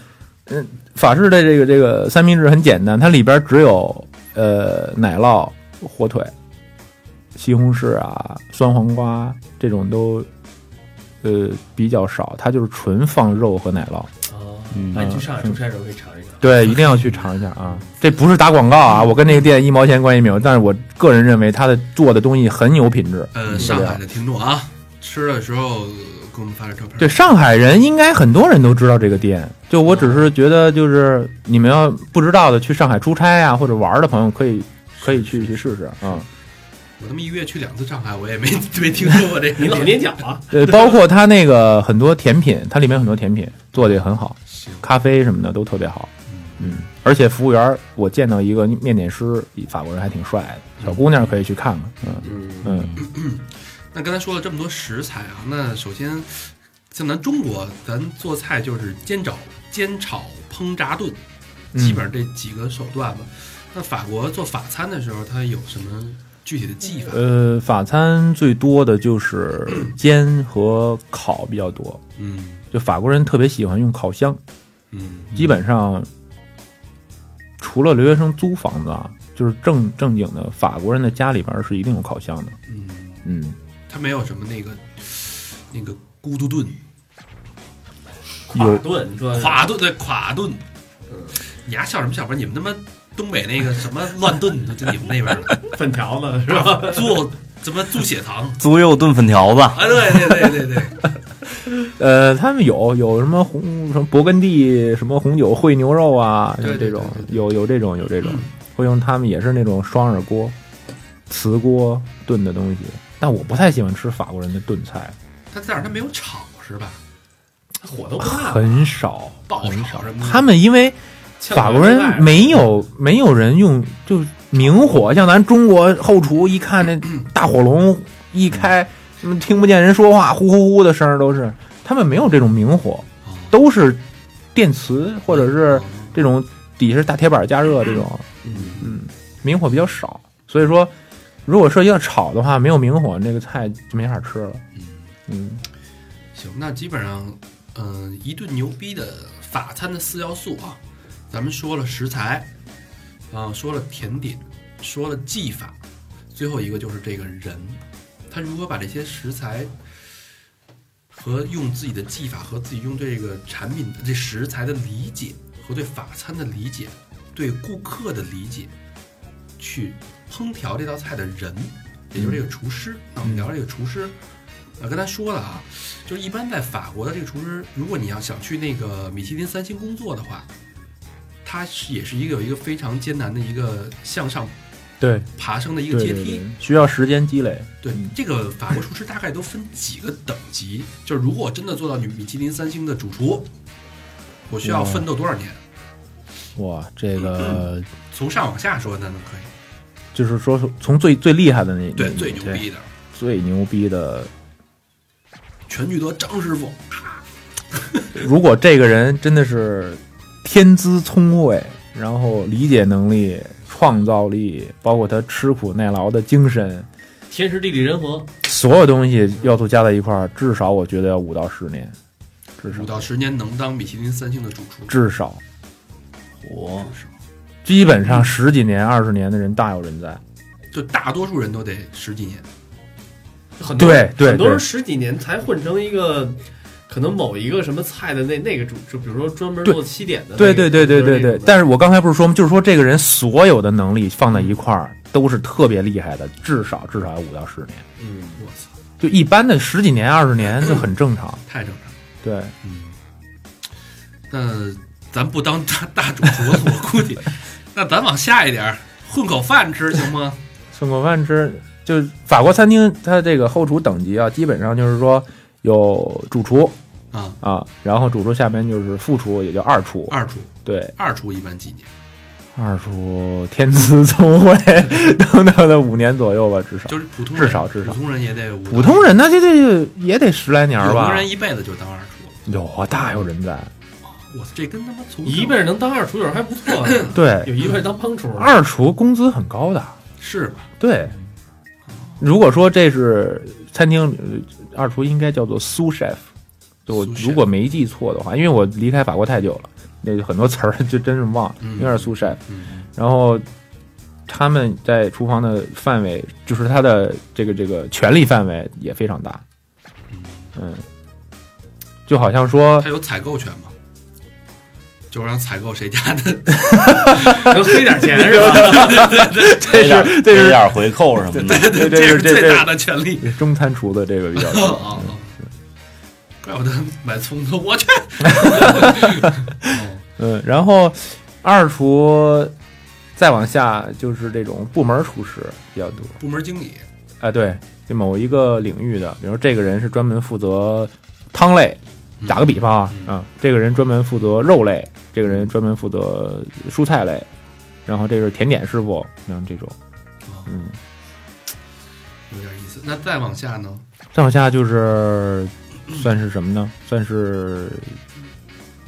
S5: 嗯，法式的这个这个三明治很简单，它里边只有呃奶酪、火腿、西红柿啊、酸黄瓜这种都呃比较少，它就是纯放肉和奶酪。
S6: 啊，
S4: 嗯
S6: 那你去上海出差的时候可以尝一尝。
S5: 对，一定要去尝一下啊！这不是打广告啊，我跟那个店一毛钱关系没有，但是我个人认为它的做的东西很有品质。
S3: 呃，上海的听众啊，吃的时候呃给我们发点照片。
S5: 对，上海人应该很多人都知道这个店，就我只是觉得，就是你们要不知道的，去上海出差啊或者玩儿的朋友，可以可以去去试试啊。嗯
S3: 我他妈一个月去两次上海，我也没没听说过这
S6: 你老
S3: 个。
S6: 踮脚啊，
S5: 呃，包括它那个很多甜品，它里面很多甜品做的也很好，
S3: 行，
S5: 咖啡什么的都特别好。嗯，而且服务员儿，我见到一个面点师，法国人还挺帅的，小姑娘可以去看看。嗯
S6: 嗯，
S5: 嗯。
S3: 那刚才说了这么多食材啊，那首先像咱中国，咱做菜就是煎炒、煎炒、烹炸、炖，
S5: 嗯
S3: 基本上这几个手段吧。那法国做法餐的时候，它有什么具体的技法？
S5: 呃，法餐最多的就是煎和烤比较多，
S3: 嗯
S5: 就法国人特别喜欢用烤箱，
S3: 嗯
S5: 基本上除了留学生租房子啊，就是正正经的法国人的家里边是一定有烤箱的。
S3: 嗯，
S5: 嗯，
S3: 它没有什么那个那个咕嘟炖、
S5: 有
S6: 垮嗯炖，你说
S3: 垮炖对垮炖。你丫笑什么笑？不是你们他妈东北那个什么乱炖，就你们那边儿的
S6: 粉条子是
S5: [laughs]
S6: 吧？
S3: 做什么猪血糖
S4: 足右炖粉条子，
S3: 啊？对对对对对，
S5: 呃，他们有有什么红什么勃艮第什么红酒烩牛肉啊，
S3: 对对
S5: 这种
S3: 对对
S5: 有有这种有这种，会用他们也是那种双耳锅、瓷锅炖的东西，但我不太喜欢吃法国人的炖菜。
S3: 但但是它没有炒是吧？
S6: 火都不辣，
S5: 很少，
S3: 爆
S5: 很
S3: 炒
S5: 少
S3: 什么的。
S5: 他们因为
S6: 呛
S5: 法国
S6: 着
S5: 人
S6: 外
S5: 没有没有人用就是明火，像咱中国后厨一看那大火龙一开，什么听不见人说话，呼呼呼的声儿都是。他们没有这种明火，
S3: 哦
S5: 都是电磁或者是这种底下是大铁板加热这种，
S3: 嗯
S5: 嗯，明火比较少。所以说，如果说要炒的话，没有明火，那个菜就没法吃了。
S3: 嗯，
S5: 嗯，
S3: 行，那基本上，嗯、一顿牛逼的法餐的四要素啊，咱们说了食材，啊、说了甜点，说了技法，最后一个就是这个人，他如何把这些食材和用自己的技法和自己用对这个产品的这食材的理解和对法餐的理解，对顾客的理解，去烹调这道菜的人，也就是这个厨师。那我们聊聊这个厨师。呃，刚才说了啊，就是一般在法国的这个厨师，如果你要想去那个米其林三星工作的话，它是也是一个有一个非常艰难的一个向上
S5: 对，
S3: 爬升的一
S5: 对
S3: 个阶
S5: 对
S3: 梯。
S5: 对，嗯需要时间积累。
S3: 对，这个法国厨师大概都分几个等级？就是如果真的做到米米其林三星的主厨，我需要
S5: 哇
S3: 奋斗多少年？
S5: 哇，这个
S3: 从上往下说，那都可以。
S5: 嗯就是说从最最厉害的那
S3: 对，
S5: 那
S3: 最牛逼的
S5: 最牛逼的，
S3: 全聚德张师傅，
S5: 如果这个人真的是天资聪慧，然后理解能力、创造力，包括他吃苦耐劳的精神，
S6: 天时地利人和，
S5: 所有东西要素加在一块儿，至少我觉得要五到十年，至
S3: 五
S5: 少
S3: 到十年能当米其林三星的主厨，
S5: 至少
S4: 火
S5: 基本上十几年、二十年的人大有人在。
S3: 就大多数人都得十几年。
S6: 很多人
S5: 对对
S6: 很多
S5: 对
S6: 人十几年才混成一个。可能某一个什么菜的那那个主，就比如说专门做西点的那
S5: 对
S6: 个，
S5: 对对对对对，但
S6: 是
S5: 是我刚才不是说吗？就是说这个人所有的能力放在一块儿都是特别厉害的，至少至少要五到十年。
S6: 嗯，
S3: 我操，
S5: 就一般的十几年、二十年就很正常。
S3: 太正常。
S5: 对，
S3: 嗯，那咱不当大大主厨，我估计，那咱往下一点儿，混口饭吃行吗？
S5: 送口饭吃，就是法国餐厅它这个后厨等级啊，基本上就是说有主厨
S3: 啊，
S5: 啊，然后主厨下面就是副厨，也就二厨。
S3: 二厨，
S5: 对，
S3: 二厨一般几年？
S5: 二叔天资聪慧等等的五年左右吧，至少
S3: 就是普通人
S5: 至少至少
S3: 普通人也得五
S5: 普通人那这这也得十来年
S3: 有
S5: 吧
S3: 的，人一辈子就当二厨，
S5: 有啊，大有人在。
S3: 我这跟他妈从小
S6: 一辈子能当二厨友还不
S5: [laughs]
S6: 错呢，
S5: 对，
S6: 有一辈子当帮厨，
S5: 二厨工资很高的，
S3: 是吧？
S5: 对。如果说这是餐厅呃二厨，应该叫做苏 chef。就我
S3: sous chef
S5: 如果没记错的话，因为我离开法国太久了，那很多词儿就真是忘了，
S3: 嗯
S5: 应该是苏 chef。
S3: 嗯，
S5: 然后他们在厨房的范围，就是他的这个这个权力范围也非常大。嗯，就好像说
S3: 他有采购权吗？就让采购谁家的
S6: 能黑点钱是吧？ [laughs]
S5: 这是这
S4: 给
S5: 是
S4: 点回扣什么的，
S5: 这
S3: [laughs] 这
S5: 这
S3: 是
S5: 是
S3: 最
S5: 这
S3: 大
S5: 是
S3: 的权利。
S5: 中餐厨的这个比较
S3: 哦
S5: 多。
S3: 哦哦，怪不得买葱头，我去。哦
S5: 嗯，然后二厨再往下就是这种部门厨师比较多。
S3: 部门经理，
S5: 啊，对，就某一个领域的，比如说这个人是专门负责汤类，打个比方啊，
S3: 嗯
S5: 啊，这个人专门负责肉类，这个人专门负责蔬菜类，然后这是甜点师傅，像这种，
S3: 哦
S5: 嗯，
S3: 有点意思。那再往下呢？
S5: 再往下就是算是什么呢？算是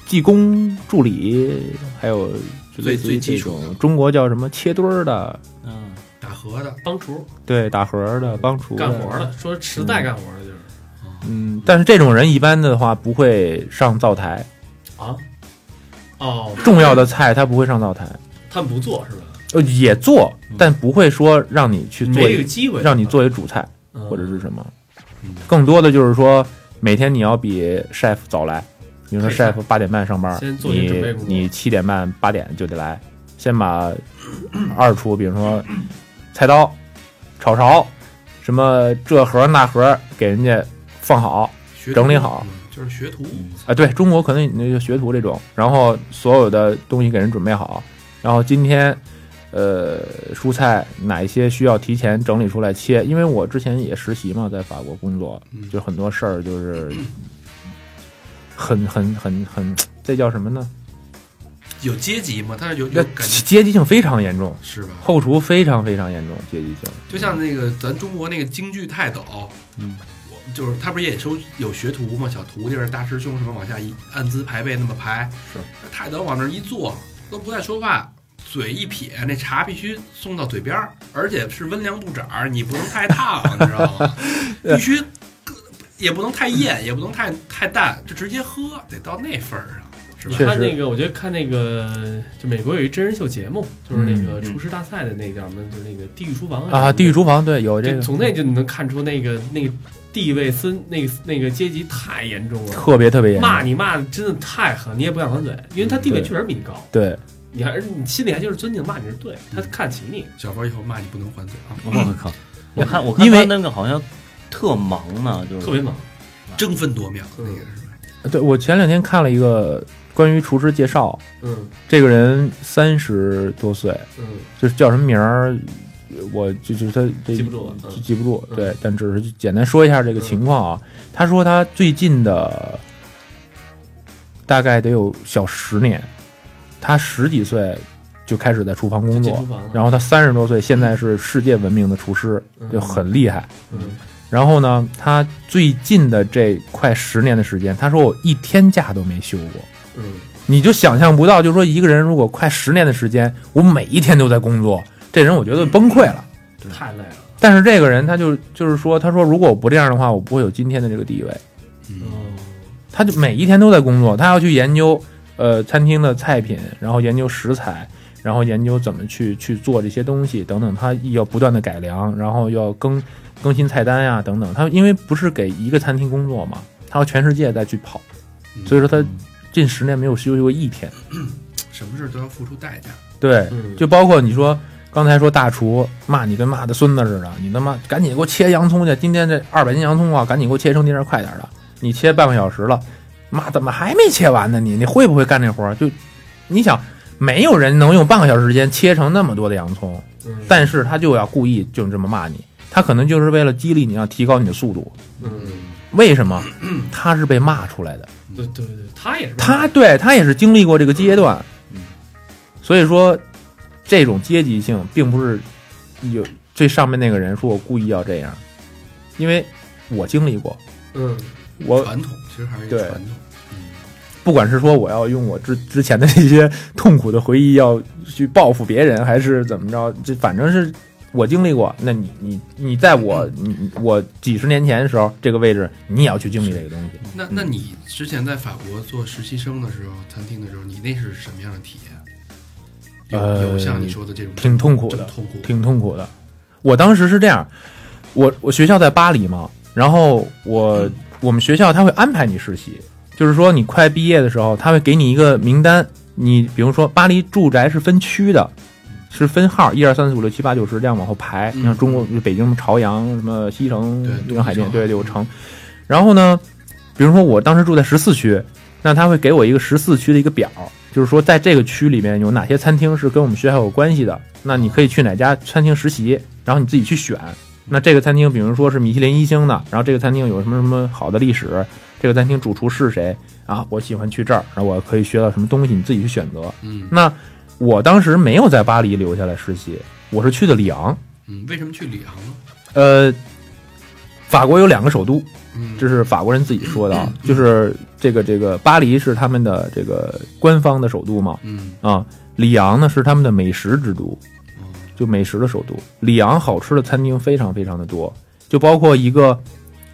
S5: 技工助理，还有就类
S3: 最
S5: 似于
S3: 最基
S5: 这
S3: 础的
S5: 种中国叫什么切墩儿的，
S4: 嗯，
S3: 打和的，
S6: 帮厨
S5: 对，打盒儿的，帮厨
S6: 干
S5: 的
S6: 活儿的，说实在干活儿的就是
S5: 嗯，但是这种人一般的话不会上灶台，嗯
S6: 啊，哦，
S5: 重要的菜他不会上灶台。
S6: 他们不做是吧？
S5: 呃，也做，但不会说让你去做
S6: 嗯没这
S5: 一
S6: 个，机会，
S5: 让你作为主菜
S6: 嗯
S5: 或者是什么
S3: 嗯，
S5: 更多的就是说每天你要比 chef 早来，比如说
S6: 对是
S5: chef 八点半上班
S6: 先，做些准备
S5: 你
S6: 工作
S5: 你七点半八点就得来，先把二厨，比如说菜刀、炒勺，什么这盒那盒给人家放好，
S3: 学徒
S5: 整理好
S3: 嗯就是学徒。
S5: 啊，对中国可能那就学徒这种，然后所有的东西给人准备好，然后今天，呃，蔬菜哪一些需要提前整理出来切？因为我之前也实习嘛，在法国工作，
S3: 嗯
S5: 就很多事儿就是很很很很，这叫什么呢？
S3: 有阶级吗？他是有
S5: 那
S3: 有感觉
S5: 阶级性非常严重，
S3: 是吧？
S5: 后厨非常非常严重，阶级性。
S3: 就像那个咱中国那个京剧泰斗，
S4: 嗯，
S3: 我就是他不是也收有学徒吗？小徒弟儿、大师兄什么往下一按资排辈那么排，
S4: 是
S3: 泰斗往那儿一坐都不带说话。嘴一撇，那茶必须送到嘴边儿，而且是温凉不盏儿，你不能太烫，你知道
S4: [laughs]
S3: 吗？必须，也不能太艳，也不能太太淡，就直接喝，得到那份儿上，是吧
S5: 确？
S6: 看
S5: 实
S6: 那个，我觉得看那个，就美国有一真人秀节目，就是那个
S4: 嗯
S6: 厨师大赛的那个叫什么，就是那个《地狱厨房》
S5: 啊，地狱厨房对有
S6: 房
S5: 这个
S6: 从那就能看出那个那个地位分那个那个阶级太严重了，
S5: 特别特别严重
S6: 骂，你骂的真的太狠，你也不想还嘴，因为他地位确实比你高，
S5: 对，
S6: 你还是你心里还就是尊敬，骂你是对，
S5: 嗯
S6: 他看起你，
S3: 小佛以后骂你不能还嘴啊，
S4: 我靠， [laughs] 我看我看
S5: 因为
S4: 他那个好像特忙呢，
S5: 嗯
S4: 就是
S6: 特别猛，
S3: 争分夺秒那个是吧？
S5: 对我前两天看了一个关于厨师介绍。
S6: 嗯
S5: 这个人三十多岁，
S6: 嗯，
S5: 就是叫什么名儿，我就就是他这
S6: 记不住了嗯
S5: 记记不住。
S6: 嗯
S5: 对，但只是简单说一下这个情况啊。他说他最近的大概得有小十年，他十几岁就开始在厨房工
S6: 嗯进
S5: 作
S6: 厨，房了，
S5: 然后他三十多岁，现在是世界闻名的厨师，
S6: 嗯
S5: 就很厉害。
S6: 嗯
S5: 然后呢，他最近的这快十年的时间，他说我一天假都没休过。
S6: 嗯，
S5: 你就想象不到，就是说一个人如果快十年的时间，我每一天都在工作，这人我觉得崩溃了。
S6: 太累了，
S5: 但是这个人他就就是说，他说如果我不这样的话，我不会有今天的这个地位。
S3: 嗯，
S6: 哦，
S5: 他就每一天都在工作，他要去研究呃餐厅的菜品，然后研究食材，然后研究怎么去去做这些东西等等，他要不断的改良，然后要更更新菜单呀、等等。他因为不是给一个餐厅工作嘛，他要全世界再去跑，所以说他近十年没有休息过一天。
S3: 什么事都要付出代价。
S5: 对，
S6: 嗯
S5: 就包括你说刚才说大厨骂你跟骂他孙子似的，你他妈赶紧给我切洋葱去，今天这二百斤洋葱啊，赶紧给我切成丁儿，快点儿的。你切半个小时了，妈怎么还没切完呢你？你会不会干这活儿？就你想，没有人能用半个小时时间切成那么多的洋葱，
S6: 嗯
S5: 但是他就要故意就这么骂你，他可能就是为了激励你，要提高你的速度。
S6: 嗯，
S5: 为什么？他是被骂出来的。
S6: 对对对，他也是
S5: 他对他也是经历过这个阶段，所以说这种阶级性并不是有最上面那个人说我故意要这样，因为我经历过，
S3: 嗯，
S5: 我
S3: 传统其实还是一个
S5: 对
S3: 传统。
S5: 不管是说我要用我之之前的这些痛苦的回忆要去报复别人，还是怎么着，这反正是我经历过。那你你你在我你你我几十年前的时候这个位置，你也要去经历这个东西。
S3: 那那你之前在法国做实习生的时候，餐厅的时候，你那是什么样的体验？有、
S5: 呃
S3: 有像你说的这种
S5: 挺痛苦的
S3: 这么痛苦，
S5: 挺痛苦的。我当时是这样，我我学校在巴黎嘛，然后我我们学校他会安排你实习，就是说你快毕业的时候，他会给你一个名单，你比如说巴黎住宅是分区的。是分号，一二三四五六七八九十这样往后排。
S3: 嗯
S5: 你像中国北京朝阳什么西城
S3: 对、
S5: 东阳海淀，
S3: 东城
S5: 对柳城。然后呢，比如说我当时住在十四区，那他会给我一个十四区的一个表，就是说在这个区里面有哪些餐厅是跟我们学校有关系的，那你可以去哪家餐厅实习，然后你自己去选。那这个餐厅，比如说是米其林一星的，然后这个餐厅有什么什么好的历史，这个餐厅主厨是谁啊？我喜欢去这儿，然后我可以学到什么东西，你自己去选择。
S3: 嗯
S5: 那我当时没有在巴黎留下来实习，我是去的里昂。
S3: 嗯，为什么去里昂呢？
S5: 呃，法国有两个首都，
S3: 嗯，
S5: 这是法国人自己说的，啊，就是这个这个巴黎是他们的这个官方的首都嘛，
S3: 嗯
S5: 啊，里昂呢是他们的美食之都，
S3: 哦
S5: 就美食的首都。里昂好吃的餐厅非常非常的多，就包括一个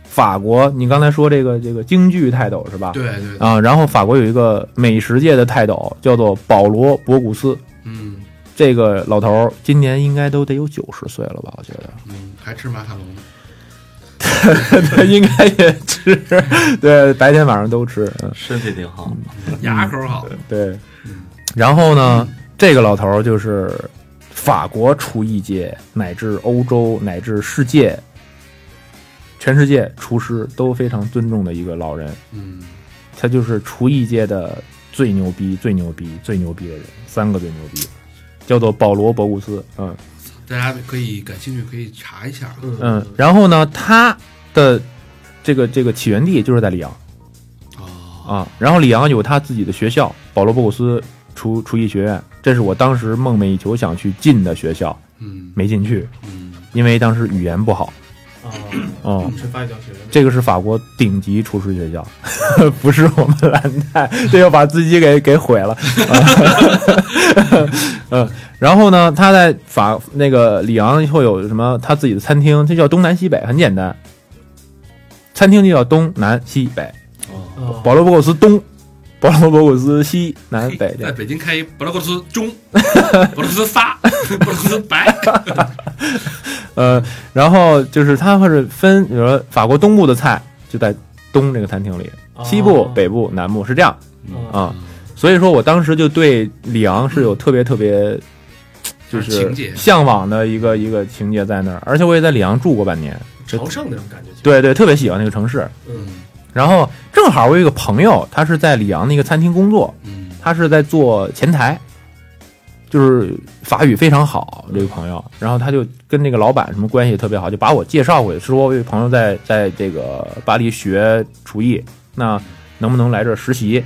S5: 法国，你刚才说这个这个京剧泰斗是吧？
S3: 对对对，
S5: 啊，然后法国有一个美食界的泰斗叫做保罗·博古斯，
S3: 嗯
S5: 这个老头儿今年应该都得有九十岁了吧？我觉
S3: [laughs]
S5: 得
S3: 嗯，还吃马卡龙呢。
S5: 他应该也吃，对，白天晚上都吃，嗯，
S4: 身体挺好，
S3: 牙口好，
S5: 对。然后呢，这个老头儿就是法国厨艺界乃至欧洲乃至世界，全世界厨师都非常尊重的一个老人，
S3: 嗯，
S5: 他就是厨艺界的最牛逼、最牛逼、最牛逼的人，三个最牛逼，叫做保罗·博古斯，嗯。
S3: 大家可以感兴趣可以查一下。啊
S6: 嗯
S5: 嗯，然后呢，它的这个这个起源地就是在里昂
S3: 哦，
S5: 啊，然后里昂有他自己的学校——保罗·博古斯厨厨艺学院，这是我当时梦寐以求想去进的学校，
S3: 嗯
S5: 没进去，
S3: 嗯
S5: 因为当时语言不好。
S6: 啊，
S5: 嗯，
S6: 是法语教学的，
S5: 这个是法国顶级厨师学校， [laughs] 不是我们蓝带，这又把自己给给毁了。 [laughs] 嗯， [laughs] 然后呢，他在法那个里昂会有什么他自己的餐厅，这叫东南西北，很简单，餐厅就叫东南西北。
S6: 哦
S5: 保罗·博古斯东， [laughs] 保罗·博古斯西，南北
S3: 嗯在 [laughs]
S5: 这
S3: 北京开一博罗克斯
S5: [laughs]
S3: 中，博罗克斯发，博罗克斯白，
S5: 呃，然后就是它会是分，比如说法国东部的菜就在东这个餐厅里，西部、
S6: 哦
S5: 北部、南部是这样。
S6: 哦
S5: 啊，所以说我当时就对里昂是有特别特别，就
S3: 啊情
S5: 是
S3: 节
S5: 向往的一个一个情节在那儿，而且我也在里昂住过半年，
S6: 朝圣那种感觉，，
S5: 对对，特别喜欢那个城市。
S3: 嗯
S5: 然后正好我有一个朋友，他是在里昂的一个餐厅工作，
S3: 嗯
S5: 他是在做前台，就是法语非常好这个朋友，然后他就跟那个老板什么关系也特别好，就把我介绍过去，说我有一个朋友在在这个巴黎学厨艺，那能不能来这儿实习？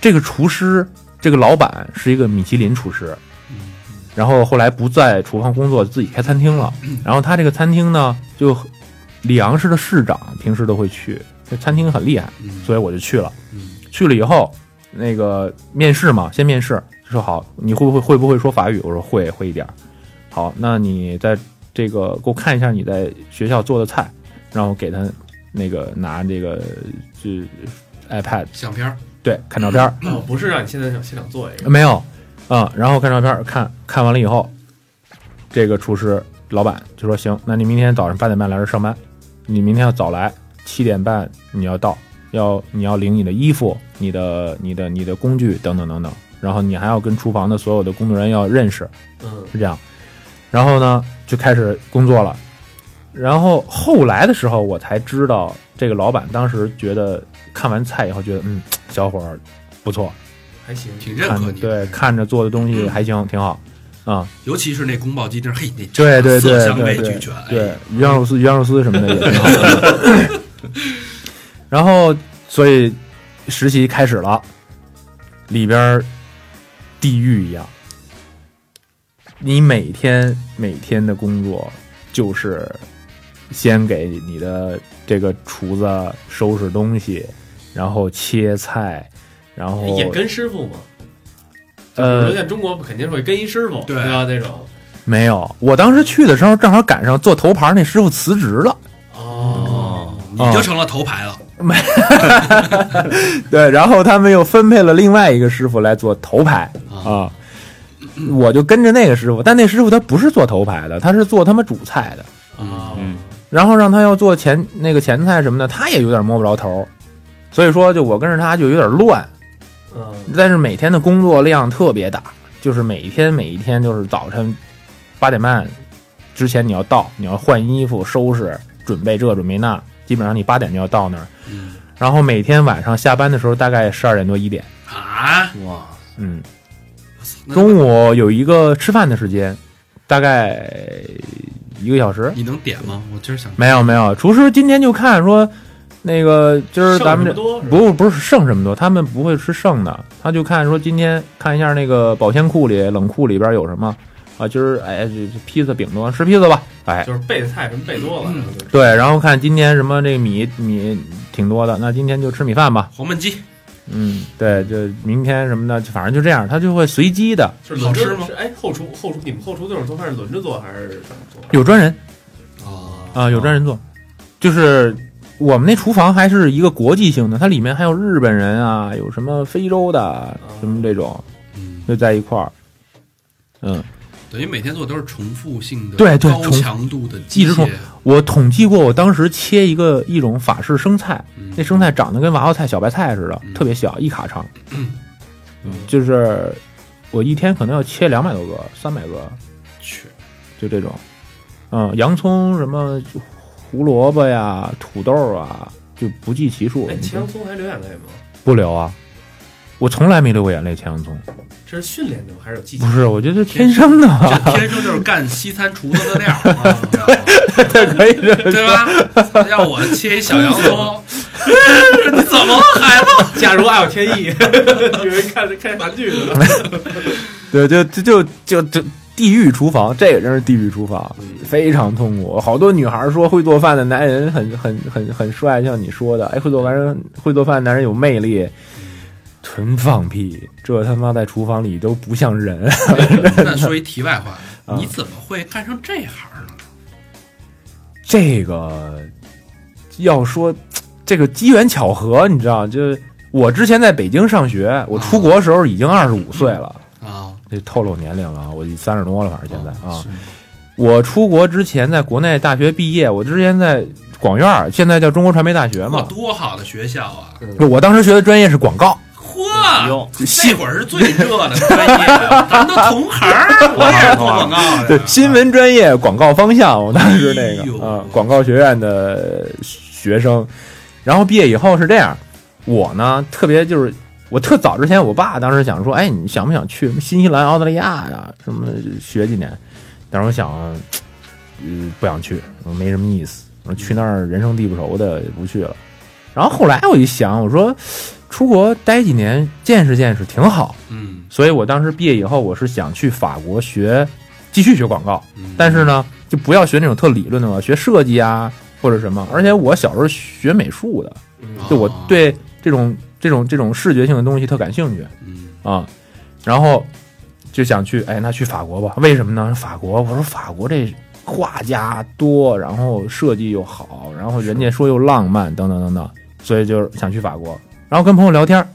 S5: 这个厨师，这个老板是一个米其林厨师，然后后来不在厨房工作，自己开餐厅了。然后他这个餐厅呢，就里昂市的市长平时都会去，这餐厅很厉害，
S3: 嗯，
S5: 所以我就去了。
S3: 嗯
S5: 去了以后，那个面试嘛，先面试，说好你会不会会不会说法语？我说会，会一点儿。好，那你在这个给我看一下你在学校做的菜，然后给他那个拿这个就 iPad
S3: 相片儿，
S5: 对看照片儿，
S6: 哦，不是让你现在想现场做一个，
S5: 没有，嗯，然后看照片儿，看看完了以后，这个厨师老板就说行，那你明天早上八点半来这儿上班，你明天要早来，七点半你要到，要你要领你的衣服、你的、你的、你的工具等等等等，然后你还要跟厨房的所有的工作人员要认识，
S6: 嗯
S5: 是这样。然后呢，就开始工作了。然后后来的时候，我才知道这个老板当时觉得看完菜以后觉得，嗯，小伙儿不错，
S6: 还行，
S3: 挺认可
S5: 看
S3: 你
S5: 对
S3: 的，
S5: 看着做的东西还行，挺好啊、
S3: 尤其是那宫保鸡丁，嘿，那
S5: 对对对
S3: 色香
S5: 对
S3: 味
S5: 对
S3: 俱全，哎
S5: 对，鱼香肉丝、鱼香肉丝什么的也挺好。 [laughs] 然后，所以实习开始了，里边儿地狱一样，你每天每天的工作就是先给你的这个厨子收拾东西，然后切菜，然后
S6: 也跟师傅嘛。比
S5: 哦呃
S6: 如在中国肯定是会跟一师傅，
S3: 对
S6: 对吧？那种
S5: 没有，我当时去的时候正好赶上做头牌那师傅辞职了。
S6: 哦，
S3: 你
S5: 嗯
S3: 就成了头牌了。
S5: 对，然后他们又分配了另外一个师傅来做头牌啊，我就跟着那个师傅，但那师傅他不是做头牌的，他是做他妈主菜的，
S6: 啊，
S3: 嗯
S5: 然后让他要做前那个前菜什么的，他也有点摸不着头儿，所以说就我跟着他就有点乱，
S6: 嗯，
S5: 但是每天的工作量特别大，就是每天每一天就是早晨八点半之前你要到，你要换衣服、收拾、准备这准备那，基本上你八点就要到那儿，
S3: 嗯
S5: 然后每天晚上下班的时候大概十二点多一点，
S3: 啊，
S6: 哇，
S5: 嗯。
S3: 那
S5: 中午有一个吃饭的时间，大概一个小时。
S3: 你能点吗？我今儿想
S5: 没有没有，厨师今天就看说，那个今儿咱们
S6: 这
S5: 这
S6: 多是吧
S5: 不不是剩这么多，他们不会吃剩的，他就看说今天看一下那个保鲜库里、冷库里边有什么啊。今儿哎，这这披萨、饼多吃披萨吧，哎，
S6: 就是备的菜什么备多了，
S3: 嗯
S5: 对，然后看今天什么这米米挺多的，那今天就吃米饭吧。
S3: 黄焖鸡，
S5: 嗯，对，就明天什么的，反正就这样，他就会随机的，
S6: 就是轮着
S3: 好吃吗
S6: 是哎，后厨后厨你们后厨那种做饭是轮着做还是怎么做？
S5: 有专人。
S6: 啊
S5: 啊，有专人做，就是我们那厨房还是一个国际性的，它里面还有日本人啊，有什么非洲的啊什么这种，
S3: 嗯，
S5: 就在一块儿。嗯，
S3: 等于每天做都是重复性的、
S5: 对对
S3: 高
S5: 重
S3: 强度的
S5: 一
S3: 机
S5: 直重
S3: 械，
S5: 我统计过，我当时切一个一种法式生菜，
S3: 嗯
S5: 那生菜长得跟娃娃菜、小白菜似的，特别小，一卡长。嗯，就是我一天可能要切两百多个、三百个，
S3: 去
S5: 就这种，嗯，洋葱什么胡萝卜呀、土豆啊，就不计其数。
S6: 哎，
S5: 你
S6: 切
S5: 就
S6: 洋葱还流眼泪吗？
S5: 不流啊，我从来没流过眼泪。切洋葱
S6: 这是训练的吗？还是有技巧 [laughs]
S5: 不？是，我觉得天生的吧，
S3: 这天生就是干西餐厨子的料儿，啊你知道吗
S5: [laughs] 可以这么说
S3: 对吧？让我切一小洋
S5: [laughs]
S3: 葱，你怎么了，孩子？
S6: 假如爱有天意， [laughs] 有人看看韩剧
S5: [laughs]
S6: 的，
S5: 对，就就就就就地狱厨房，这个真是地狱厨房，非常痛苦。好多女孩说会做饭的男人很很很很帅，像你说的，哎，会做完人会做饭的男人有魅力。纯放屁！这他妈在厨房里都不像人。 [laughs]
S3: 那说一题外话，
S5: 啊
S3: 你怎么会干成这行呢？
S5: 这个要说这个机缘巧合，你知道，就是我之前在北京上学，我出国的时候已经二十五岁了，
S3: 啊，
S5: 这透露年龄了，啊，我三十多了，反正现在啊
S3: 是。
S5: 我出国之前，在国内大学毕业，我之前在广院儿，现在叫中国传媒大学
S3: 哇，
S5: 嘛。
S3: 啊多好的学校啊！
S5: 我当时学的专业是广告，
S3: 嚯，
S4: 哟，
S3: 这会儿是最热
S5: [laughs]
S3: 的专业，咱们都同行儿，我也是做啊广告
S5: [laughs] 对
S3: 的，
S5: 新闻专业广告方向，我当时那
S3: 哎呦
S5: 个啊，广告学院的学生。然后毕业以后是这样，我呢特别就是我特早之前，我爸当时想说，哎，你想不想去什么新西兰、澳大利亚呀、什么学几年？但是我想，嗯，不想去，我没什么意思。我说去那儿人生地不熟的，不去了。然后后来我一想，我说出国待几年，见识见识挺好。
S3: 嗯
S5: 所以我当时毕业以后，我是想去法国学，继续学广告，
S3: 嗯，
S5: 但是呢，就不要学那种特理论的了，学设计啊或者什么。而且我小时候学美术的，就我
S3: 啊，
S5: 对这种这种这种视觉性的东西特感兴趣
S3: 嗯
S5: 啊，然后就想去，哎，那去法国吧？为什么呢？法国，我说法国这画家多，然后设计又好，然后人家说又浪漫，等等等等，所以就是想去法国。然后跟朋友聊天儿，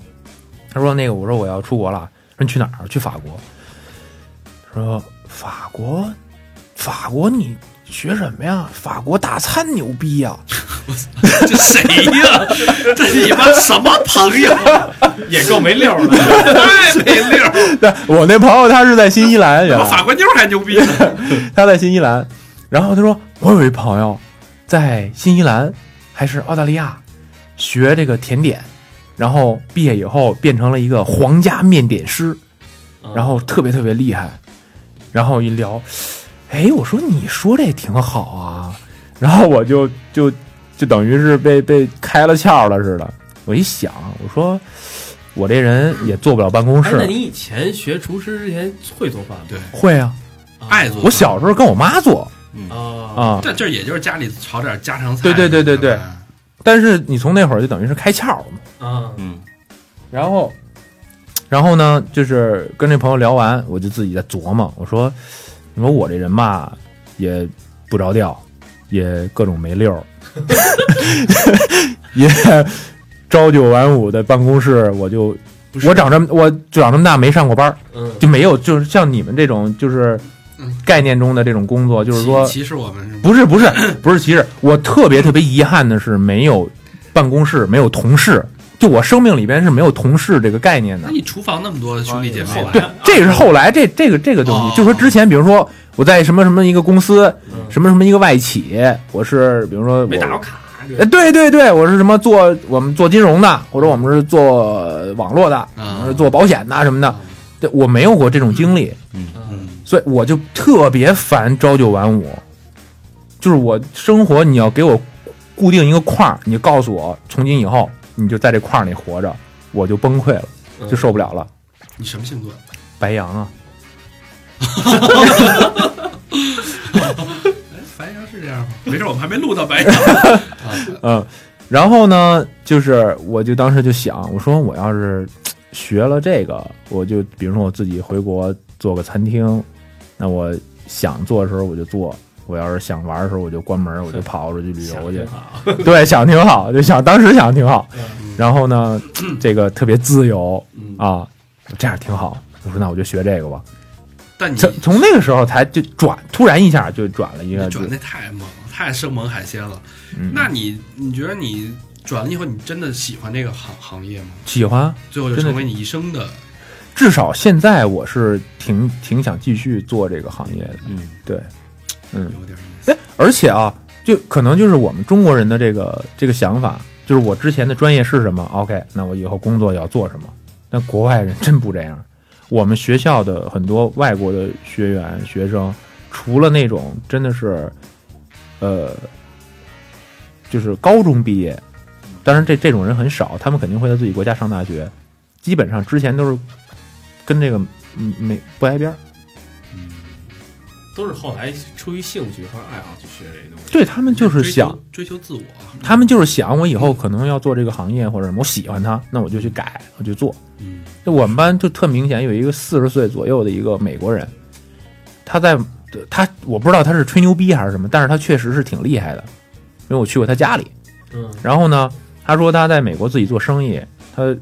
S5: 他说那个，我说我要出国了，说你去哪儿？去法国。说法国，法国你学什么呀？法国大餐牛逼呀、
S3: 这谁呀？这你妈什么朋友？
S6: 也够没溜儿的。
S3: 太没溜
S5: [laughs]
S3: 儿，
S5: 对，我那朋友他是在新西兰，原
S3: 我
S5: 来
S3: 法国妞儿还牛逼呢。
S5: [laughs] 他在新西兰，然后他说我有一朋友在新西兰还是澳大利亚学这个甜点，然后毕业以后变成了一个皇家面点师，
S3: 嗯
S6: 啊
S5: 然后特别特别厉害。然后一聊，哎，我说你说这挺好啊，然后我就就就等于是被被开了窍了似的。我一想，我说我这人也坐不了办公
S6: 哎，那
S5: 室，
S6: 你以前学厨师之前会做饭吗？
S3: 对
S5: 会啊，
S3: 爱做饭。
S5: 我小时候跟我妈做
S6: 啊，
S5: 啊，
S3: 这这也就是家里炒点家常菜。嗯
S5: 对对对对对
S3: 是吧
S5: 但是你从那会儿就等于是开窍了嘛。
S6: 啊，
S4: 嗯，
S5: 然后，然后呢，就是跟这朋友聊完，我就自己在琢磨，我说，你说我这人吧，也不着调，也各种没
S3: [laughs]
S5: 溜儿， [laughs] 也朝九晚五的办公室，我就
S3: 不是
S5: 我长这么我长这么大没上过班儿，
S6: 嗯，
S5: 就没有就是像你们这种就是
S3: 嗯
S5: 概念中的这种工作，就是
S3: 歧
S5: 说
S3: 歧视我们是吗？
S5: 不是不 [clears throat] 是不是歧视，我特别特别遗憾的是没有办公室，没有同事。就我生命里边是没有同事这个概念的
S3: 那，你厨房那么多兄弟姐妹，
S6: 后
S5: 对
S6: 来，
S5: 这是后来这这个这个东
S3: 哦
S5: 西，就说之前，比如说我在什么什么一个公司，
S6: 嗯
S5: 什么什么一个外企，我是比如说
S6: 没打过
S5: 我，
S6: 卡，
S5: 哎，对对对，我是什么做我们做金融的，或者我们是做网络的，我
S6: 嗯
S3: 啊
S5: 们是做保险的什么的，对我没有过这种经历，
S6: 嗯，
S5: 所以我就特别烦朝九晚五，就是我生活你要给我固定一个框儿，你就告诉我从今以后你就在这框儿里活着，我就崩溃了，就受不了了。
S3: 你什么星座？
S5: 白羊啊，
S3: 白羊是这样吗？没事，我们还没录到白羊。
S5: 嗯，然后呢，就是我就当时就想，我说我要是学了这个，我就比如说我自己回国做个餐厅，那我想做的时候我就做，我要是想玩的时候我就关门，我就跑出去旅游去。 [laughs] 对，想挺好，就想当时想挺好。然后呢，这个特别自由
S6: 嗯
S5: 啊，这样挺好。我说那我就学这个吧。
S3: 但你
S5: 从从那个时候才就转，突然一下就转了一
S3: 你
S5: 个，
S3: 转那太猛，太生猛海鲜了。
S5: 嗯
S3: 那你你觉得你转了以后，你真的喜欢这个行行业吗？
S5: 喜欢。
S3: 最后就
S5: 真的
S3: 成为你一生的
S5: 至少现在我是挺挺想继续做这个行业的，
S4: 嗯，
S5: 对，
S3: 有点意思。
S5: 哎，而且啊，就可能就是我们中国人的这个这个想法，就是我之前的专业是什么，OK，那我以后工作要做什么。但国外人真不这样，我们学校的很多外国的学员学生，除了那种真的是，呃，就是高中毕业，当然这这种人很少，他们肯定会在自己国家上大学，基本上之前都是跟这个嗯没不挨边儿，
S6: 都是后来出于兴趣和爱好去学这东西。
S5: 对他们就是想
S3: 追求追求自我，
S5: 他们就是想我以后可能要做这个行业或者什么，我喜欢它，那我就去改，我就做。
S3: 嗯，
S5: 就我们班就特明显有一个四十岁左右的一个美国人，他在他我不知道他是吹牛逼还是什么，但是他确实是挺厉害的，因为我去过他家里。
S6: 嗯
S5: 然后呢，他说他在美国自己做生意，他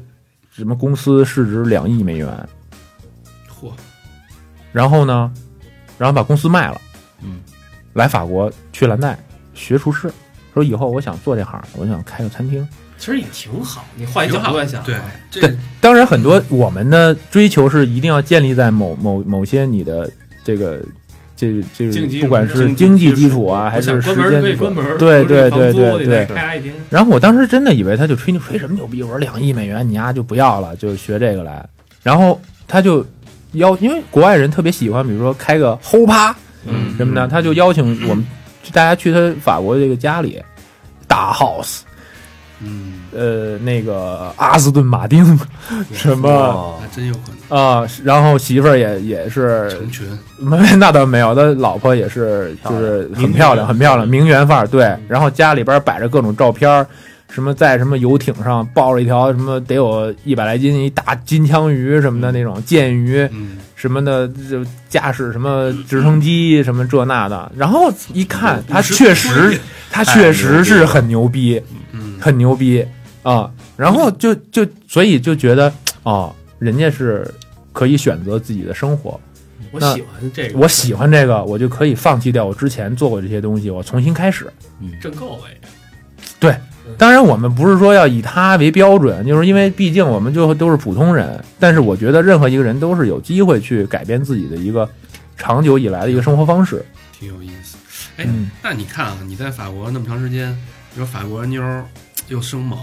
S5: 什么公司市值两亿美元，
S3: 嚯，
S5: 然后呢，然后把公司卖了，
S4: 嗯，
S5: 来法国去蓝带学厨师，说以后我想做这行，我想开个餐厅。
S6: 其实也挺好，你换一角
S3: 挺好
S6: 度来想，
S3: 对，这
S5: 对当然，很多我们的追求是一定要建立在某某某些你的这个这这
S6: 经济
S5: 不管是
S4: 经济
S5: 经济
S4: 基础
S5: 基础啊，还
S6: 我想
S5: 是时
S6: 关门
S5: 间
S6: 可
S5: 基
S6: 以
S5: 础
S6: 关。门，
S5: 对对
S6: 不是房
S5: 对
S6: 租
S5: 对
S6: 你再
S5: 对。
S6: 开一天，
S5: 然后我当时真的以为他就吹牛吹什么牛逼，我说两亿美元你丫、就不要了，就学这个来。然后他就邀，因为国外人特别喜欢，比如说开个轰趴
S3: 嗯
S5: 什么的，他就邀请我们大家去他法国这个家里，大 house，
S3: 嗯，
S5: 呃，那个阿斯顿马丁，什么。
S4: 哦
S3: 还真有可能
S5: 啊、然后媳妇儿也也是 [laughs]
S3: 成群。
S5: 没，那倒没有，他老婆也是，就是很漂
S4: 漂
S5: 亮，
S4: 亮
S5: 很漂亮，名媛范嗯儿。对，然后家里边摆着各种照片儿，什么在什么游艇上抱着一条什么得有一百来斤一大金枪鱼什么的那种剑鱼
S3: 嗯，
S5: 什么的，就驾驶什么直升机什么这那的。然后一看，他确实，他确实是很嗯哎牛啊逼，
S3: 嗯，
S5: 很牛逼啊。然后就就所以就觉得哦，人家是可以选择自己的生活。
S6: 我
S5: 那
S6: 喜欢这个，
S5: 我喜欢这个，我就可以放弃掉我之前做过这些东西，我重新开始。
S6: 挣够了也，
S5: 当然，我们不是说要以他为标准，就是因为毕竟我们就都是普通人。但是我觉得任何一个人都是有机会去改变自己的一个长久以来的一个生活方式。
S3: 挺有意思。哎
S5: 嗯，
S3: 那你看啊，你在法国那么长时间，你说法国妞儿又生猛，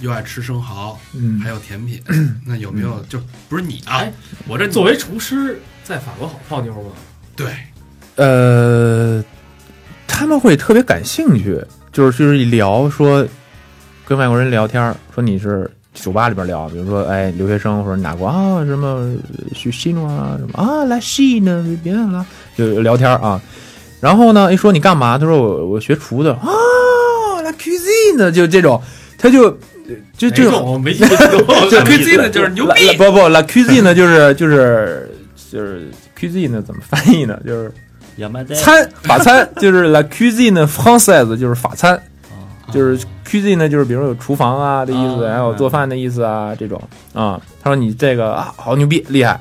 S3: 又爱吃生蚝，
S5: 嗯
S3: 还有甜品，那有没有就不是你啊？
S6: 哎我这作为厨师，在法国好泡妞吗？
S3: 对，
S5: 呃，他们会特别感兴趣，就是就是一聊说，跟外国人聊天儿，说你是酒吧里边聊，比如说哎留学生或者哪国啊什么西西诺啊什么啊来西呢别了就聊天啊，然后呢一哎说你干嘛，他说我我学厨的啊来 cuisine 就这种，他就
S6: 这
S5: 就就
S6: 种我没听
S5: [laughs]
S6: 过，
S3: 这 cuisine 就是牛
S5: 来
S3: 逼，
S5: 不不，la cuisine 呢就是就是就是 cuisine 呢怎么翻译呢？就是
S4: 也卖在
S5: 餐法
S4: [laughs]
S5: 餐，就是 la cuisine française 就是法餐，就是 cuisine 呢就是比如说有厨房啊的意思，
S4: 啊
S5: 还有做饭的意思啊这种啊。他说你这个啊好牛逼厉害。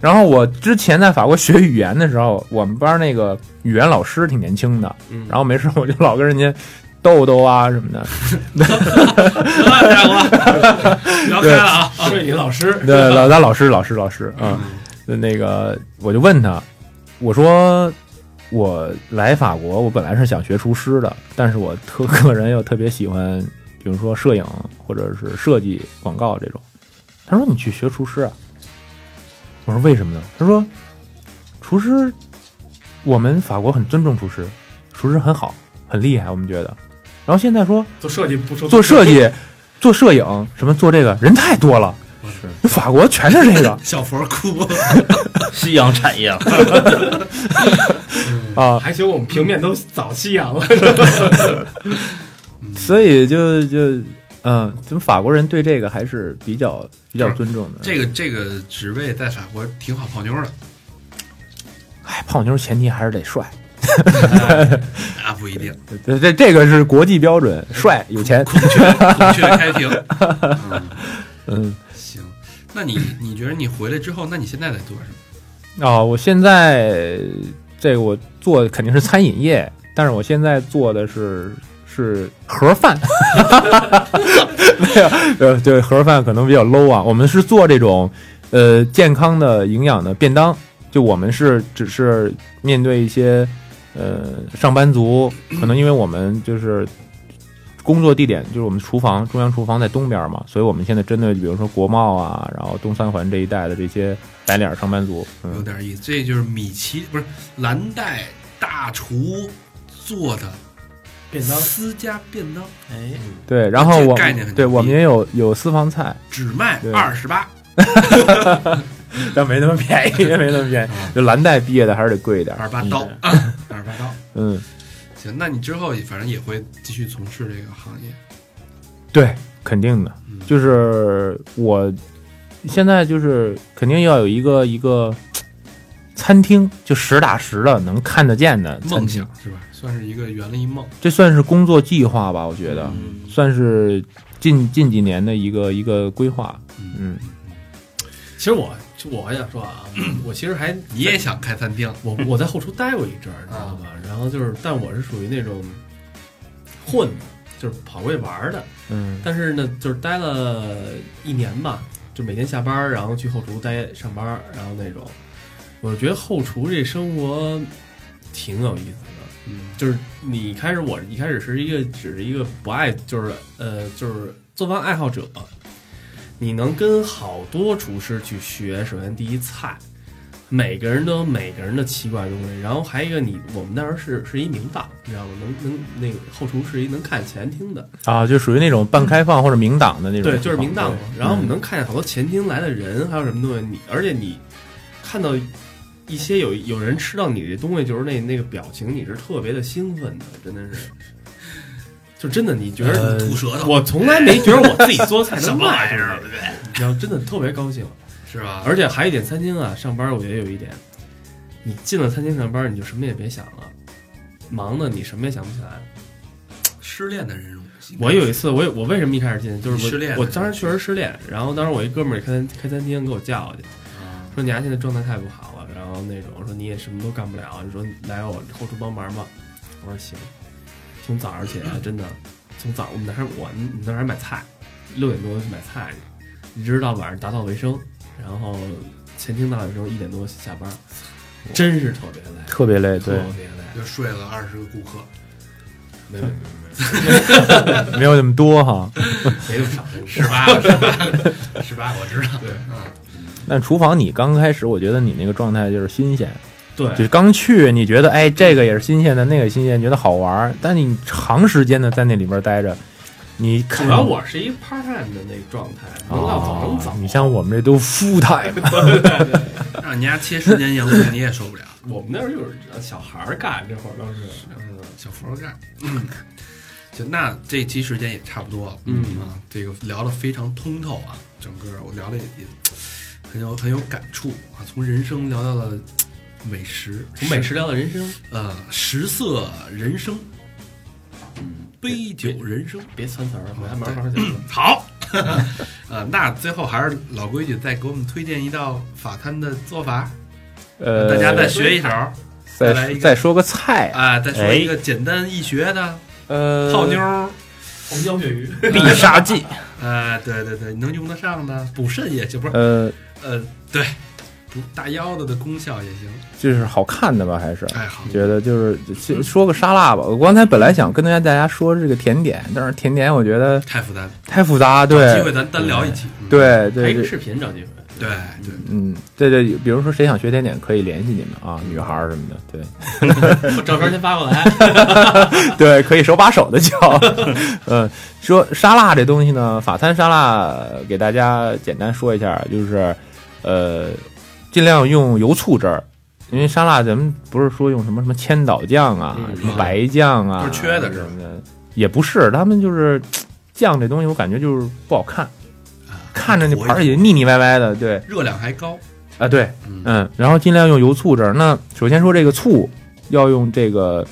S5: 然后我之前在法国学语言的时候，我们班那个语言老师挺年轻的，
S4: 嗯
S5: 然后没事我就老跟人家逗逗啊什么的，
S3: 那家伙聊开了啊！
S6: 瑞宇老师，
S5: [laughs] 对，老咱老师老师老师啊，那个我就问他，我说我来法国，我本来是想学厨师的，但是我特 [laughs] 个人又特别喜欢，比如说摄影或者是设计、广告这种。他说你去学厨师啊？我说为什么呢？他说厨师，我们法国很尊重厨师，厨师很好，很厉害，我们觉得。然后现在说
S6: 做设计不说
S5: 做设计、做摄影什么做这个人太多了，是法国全是这个
S3: 小佛哭，
S4: 夕阳产业了。
S5: 啊，
S6: 还行，我们平面都早夕阳了。
S5: [laughs] 所以就就嗯，咱们法国人对这个还是比较比较尊重的。
S3: 这个这个职位在法国挺好泡妞的，
S5: 哎，泡妞前提还是得帅，
S3: 那不一定。
S5: 这这这个是国际标准，帅有钱，
S3: 孔雀孔雀开屏。嗯，
S5: [laughs] 嗯。
S3: 行，那你你觉得你回来之后，那你现在在做什么？
S5: 啊、我现在这个我做肯定是餐饮业，但是我现在做的是是盒饭， [laughs] 没有，呃，对盒饭可能比较 low 啊。我们是做这种呃健康的、营养的便当，就我们是只是面对一些呃上班族，可能因为我们就是。工作地点就是我们厨房，中央厨房在东边嘛，所以我们现在针对比如说国贸啊，然后东三环这一带的这些白领上班族，嗯、
S3: 有点意思，这就是米奇不是蓝带大厨做的
S6: 便当，
S3: 私家便当，
S4: 哎，
S5: 对，然后
S3: 这个
S5: 我
S3: 概念很
S5: 对
S3: 牛逼
S5: 我们也有有私房菜，
S3: 只卖
S5: 对
S3: 二十八。
S5: 但没那么便宜，没那么便宜。就蓝带毕业的还是得贵一点
S3: 啊二。十八刀，
S6: 嗯
S3: [laughs] 二十八刀。
S5: 嗯，
S3: 行，那你之后也反正也会继续从事这个行业。
S5: 对，肯定的
S3: 嗯，
S5: 就是我现在就是肯定要有一个一个餐厅，就实打实的能看得见的餐
S3: 梦
S5: 厅
S3: 想。是吧？算是一个圆了一梦。
S5: 这算是工作计划吧，我觉得、
S4: 嗯
S5: 算是近近几年的一个一个规划。嗯，
S6: 其实我我还想说啊， [clears throat] 我其实还
S3: 你也啊想开餐
S6: [laughs]
S3: 厅？
S6: 我我在后厨待过一阵儿，你知道吧？然后就是，但我是属于那种混的，就是跑过去玩儿的。
S5: 嗯
S6: 但是呢，就是待了一年吧，就每天下班儿，然后去后厨待上班儿，然后那种，我觉得后厨这生活挺有意思的。
S3: 嗯，
S6: 就是你开始，我一开始是一个只是一个不爱，就是呃，就是做饭爱好者。你能跟好多厨师去学，首先第一菜，每个人都有每个人的奇怪的东西。然后还有一个你，我们那儿是是一明档，你知道吗？能能那个后厨是一能看前厅的。
S5: 啊，就属于那种半开放或者明档的那种。
S6: 对，就是明档嘛。然后我们
S5: 嗯
S6: 能看见好多前厅来的人，还有什么东西，你而且你看到一些有有人吃到你的东西，就是那那个表情，你是特别的兴奋的，真的是，就真的你觉得
S3: 吐舌头
S6: 我从来没觉得我自己做菜
S3: 呃 [laughs] 什
S6: 能
S3: 么玩
S6: 卖
S3: 意
S6: 出
S3: 儿啊
S6: 去，然后真的特别高兴。
S3: 是吧？
S6: 而且还有一点，餐厅啊，上班我觉得有一点，你进了餐厅上班，你就什么也别想了，忙的你什么也想不起来。
S3: 失恋的人容易
S6: 我有一次，我有我为什么一开始进，就是我
S3: 失恋
S6: 我当时确实失恋，然后当时我一哥们儿开餐开餐厅给我叫去，
S3: 啊
S6: 说你丫现在状态太不好了，然后那种说你也什么都干不了，你说来我后厨帮忙吧，我说行，从早上起来真的，从早我们那儿我们那儿买菜，六点多去买菜去，一直到晚上打扫卫生，然后前厅打扫卫生一点多下班，真是特别累，
S5: 特别累，
S6: 特
S5: 对，
S6: 别累，
S3: 就睡了二十个顾客，
S6: 没没没
S5: 没有那么多哈。
S6: 没那么少，
S3: 十八个，十八个，十八个，我知道。
S6: 对
S5: 但厨房你刚开始，我觉得你那个状态就是新鲜，
S6: 对
S5: 就是刚去，你觉得哎这个也是新鲜的，那个新鲜，觉得好玩儿。但你长时间的在那里边待着，你看
S6: 主要我是一 part time 的那个状态，能到早能早
S5: 啊。你像我们这都
S3: [laughs]
S5: full time，
S3: 让人家切十年盐卤，你也受不了。
S6: 我们那儿就是呃小孩儿干这会儿都是，嗯
S3: 小佛盖儿，嗯，行，那这期时间也差不多了，
S6: 嗯
S3: 啊，这个聊得非常通透啊，整个我聊的也也很有很有感触啊，从人生聊到了美食，
S6: 从美食聊到人生，
S3: 呃食色人生，
S6: 嗯
S3: 杯酒人生，
S6: 别酸词儿，我还慢慢
S3: 对
S6: 讲。
S3: 好。 [laughs] 呃，那最后还是老规矩，再给我们推荐一道法餐的做法，
S5: 呃，
S3: 大家再学一手啊、再来一
S5: 再
S3: 个
S5: 再说个
S6: 哎
S5: 菜，啊
S3: 再说一个简单易学的
S5: 呃，
S3: 泡妞儿，
S6: 红椒鳕鱼，
S4: [laughs] 必杀技，
S3: 啊，对对对，能用得上的补肾也行，不是
S5: 呃，
S3: 呃，对，补大腰子的功效也行。
S5: 就是好看的吧，还是
S3: 哎，好，
S5: 觉得就是其说个沙拉吧。我刚才本来想跟大家大家说这个甜点，但是甜点我觉得
S3: 太负担，
S5: 太复杂，
S3: 机会
S5: 对
S3: 咱单聊一期。嗯
S5: 对
S6: 拍
S5: 对
S6: 一个
S5: 对，
S6: 视频找机会。
S3: 对对，
S5: 嗯，对对，比如说谁想学甜点，可以联系你们啊，
S3: 嗯
S5: 女孩儿什么的，
S3: [laughs]
S5: 对。
S6: 把照片先发过
S5: [laughs]
S6: 来。
S5: 对，可以手把手
S3: [laughs]
S5: 的教。嗯，说沙拉这东西呢，法餐沙拉给大家简单说一下，就是呃，尽量用油醋汁儿，因为沙拉咱们不是说用什么什么千岛酱啊、
S6: 嗯
S5: 什么白酱啊，
S3: 都是缺的是吧
S5: 什么的，也不是，他们就是酱这东西，我感觉就是不好看，
S3: 啊
S5: 看着那盘儿
S3: 活一
S5: 也
S3: 活
S5: 腻腻歪歪的，对。
S3: 热量还高，
S5: 啊，对，
S3: 嗯
S5: 嗯，然后尽量用油醋汁儿。那首先说这个醋要用这个，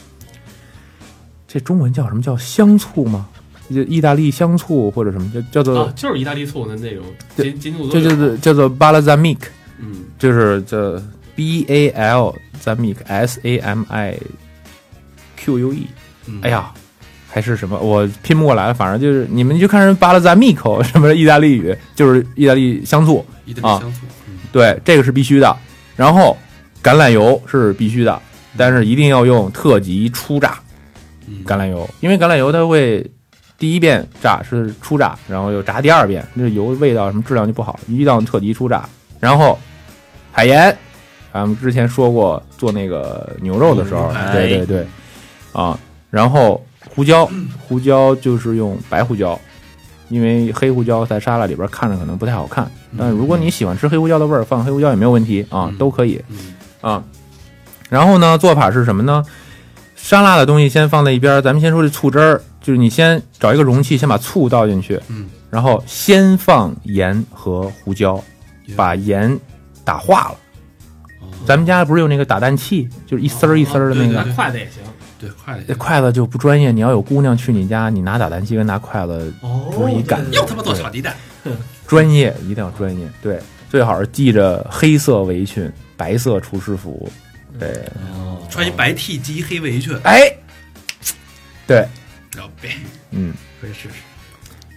S5: 这中文叫什么叫香醋吗？就意大利香醋或者什么叫叫做、
S6: 啊，就是意大利醋的那种
S5: 对
S6: 金金度都
S5: 就叫
S6: 有。
S5: 做叫做 balsamic，
S6: 嗯，
S5: 就是这 b a l s a m i c s a m i q u e。
S3: 嗯
S5: 哎，呀，还是什么，我拼不过来了。反正就是你们就看人巴拉扎米口什么意大利语，就是意大利香醋。
S3: 一点
S5: 啊
S3: 香醋，嗯
S5: 对，这个是必须的。然后橄榄油是必须的，但是一定要用特级初榨
S3: 嗯，
S5: 橄榄油，因为橄榄油它会第一遍炸是初榨，然后又炸第二遍，那油味道什么质量就不好。一定要特级初榨，然后海盐，咱们之前说过做那个牛肉的时候，
S3: 嗯
S5: 对对对，啊，然后胡椒，胡椒就是用白胡椒。因为黑胡椒在沙拉里边看着可能不太好看，但如果你喜欢吃黑胡椒的味儿，放黑胡椒也没有问题啊
S3: 嗯，
S5: 都可以
S3: 嗯
S5: 啊。然后呢，做法是什么呢？沙拉的东西先放在一边儿，咱们先说这醋汁儿，就是你先找一个容器，先把醋倒进去，
S3: 嗯，
S5: 然后先放盐和胡椒，
S3: 也
S5: 把盐打化了。
S3: 哦
S5: 咱们家不是有那个打蛋器，就是一丝儿一丝儿的那
S3: 对
S5: 个
S3: 对
S6: 拿筷子也行。
S3: 对快
S5: 那
S3: 点，
S5: 筷子就不专业。你要有姑娘去你家，你拿打蛋器跟拿筷子
S6: 哦
S5: 不是一感觉
S3: 又。他妈做炒鸡蛋，
S5: 专业一定要专业，对，最好是系着黑色围裙、白色厨师服，对，
S3: 穿一白 T 系一黑围裙，
S5: 哎，对，
S3: 要别
S5: 嗯，
S3: 可以试试。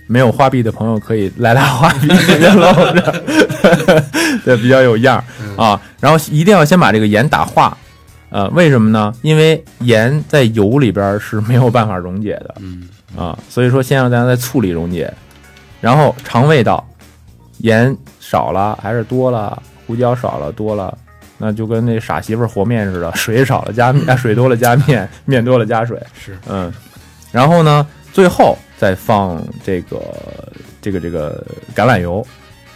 S5: 没有花臂的朋友可以来来花臂里面搂
S3: [laughs]
S5: 着，对，比较有样儿啊。
S3: 嗯
S5: 然后一定要先把这个盐打化，呃，为什么呢？因为盐在油里边儿是没有办法溶解的，
S3: 嗯，
S5: 啊，所以说先让大家在醋里溶解，然后尝味道，盐少了还是多了，胡椒少了多了，那就跟那傻媳妇儿和面似的，水少了加面，水多了加面，面多了加水，
S3: 是，
S5: 嗯，然后呢，最后再放这个这个这个橄榄油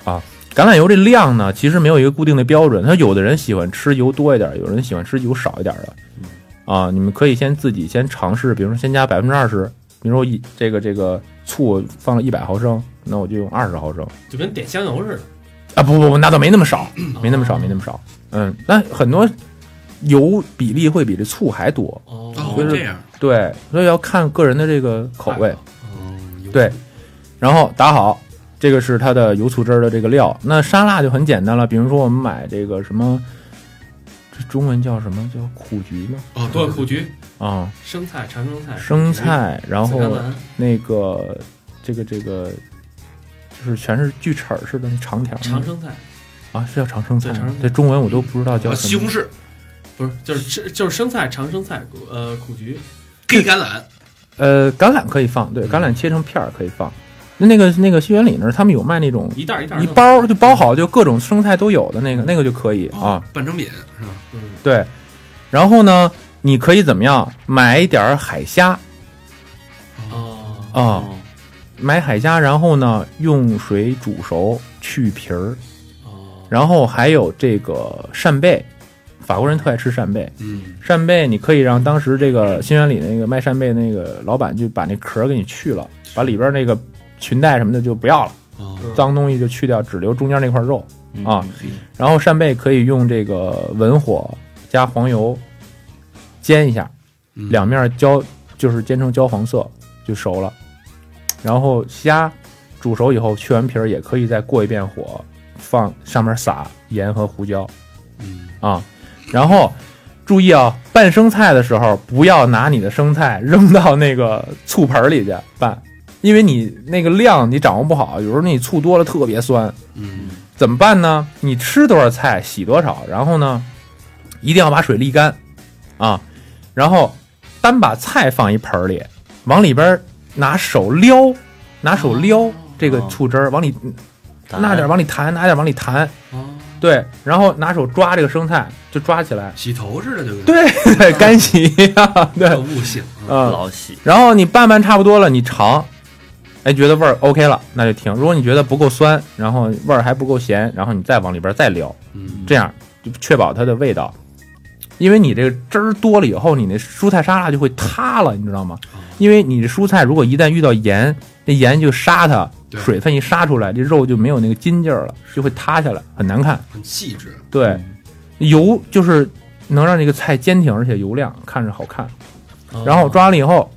S5: 啊，橄榄油这量呢，其实没有一个固定的标准，它有的人喜欢吃油多一点，有人喜欢吃油少一点的，啊，你们可以先自己先尝试，比如说先加百分之二十，比如说一这个这个醋放了一百毫升，那我就用二十毫升
S6: 就跟点香油似的，
S5: 啊，不不不，那倒没那么少，没那么少，没那么少，嗯，那很多油比例会比这醋还多，
S3: 哦，
S5: 就是
S3: 这样，
S5: 对，所以要看个人的这个口味。
S3: 哦，有
S5: 对，然后打好，这个是它的油醋汁儿的这个料。那沙拉就很简单了，比如说我们买这个什么，这中文叫什么叫苦菊吗？
S3: 哦，
S6: 多
S3: 对，
S6: 苦菊、
S5: 啊、
S6: 生菜、长生菜、
S5: 生菜，然
S6: 紫甘
S5: 后
S6: 蓝、
S5: 那个这个这个，就是全是锯齿儿似的那长条儿
S6: 长生菜，
S5: 啊，是叫长生菜
S6: 对长
S5: 吗
S6: 生，菜
S5: 这中文我都不知道叫
S3: 啊，
S5: 什
S3: 西
S5: 么
S3: 红。柿、
S6: 不是就是吃就是生菜、长生菜、呃苦菊，
S3: 黑橄榄，
S5: 呃，橄榄可以放，对，橄榄切成片儿可以放。那那个那个西园里那儿，他们有卖那种
S6: 一袋儿一袋儿
S5: 一
S6: 弄
S5: 包儿就包好，就各种生菜都有的那个，那个就可以啊。
S3: 哦半成品是吧？
S6: 嗯，
S5: 对，然后呢，你可以怎么样买一点儿海虾
S6: 哦
S4: 嗯
S5: 啊、买海虾，然后呢用水煮熟去皮儿，然后还有这个扇贝，法国人特爱吃扇贝，
S3: 嗯，
S5: 扇贝你可以让当时这个新源里那个卖扇贝那个老板就把那壳儿给你去了，把里边那个裙带什么的就不要了，
S3: 哦，
S5: 脏东西就去掉，只留中间那块肉
S4: 嗯
S5: 啊。然后扇贝可以用这个文火加黄油煎一下，
S3: 嗯
S5: 两面焦就是煎成焦黄色就熟了。然后虾煮熟以后去完皮儿也可以再过一遍火，放上面撒盐和胡椒
S3: 嗯
S5: 啊。然后注意啊，拌生菜的时候不要拿你的生菜扔到那个醋盆儿里去拌，因为你那个量你掌握不好，有时候你醋多了特别酸。
S3: 嗯
S5: 怎么办呢？你吃多少菜洗多少，然后呢，一定要把水沥干啊，然后单把菜放一盆儿里，往里边儿拿手撩，拿手撩这个醋汁儿，往里拿点儿往里弹，拿点儿往里弹，
S3: 哦，
S5: 对，然后拿手抓这个生菜就抓起来，
S3: 洗头似的就跟
S5: 对，对干洗一样，对，
S3: 可不行，
S5: 嗯，
S4: 老洗，
S5: 然后你拌拌差不多了，你尝，哎，觉得味儿 OK 了，那就停。如果你觉得不够酸，然后味儿还不够咸，然后你再往里边再撩，
S3: 嗯
S5: 这样就确保它的味道。因为你这个汁儿多了以后，你那蔬菜沙拉就会塌了，你知道吗？因为你的蔬菜如果一旦遇到盐，那盐就杀它，
S3: 对
S5: 水分一杀出来，这肉就没有那个筋劲儿了，就会塌下来，很难看。
S3: 很细致，
S5: 对，
S6: 嗯
S5: 油就是能让这个菜坚挺，而且油亮，看着好看。
S6: 哦
S5: 然后抓完了以后，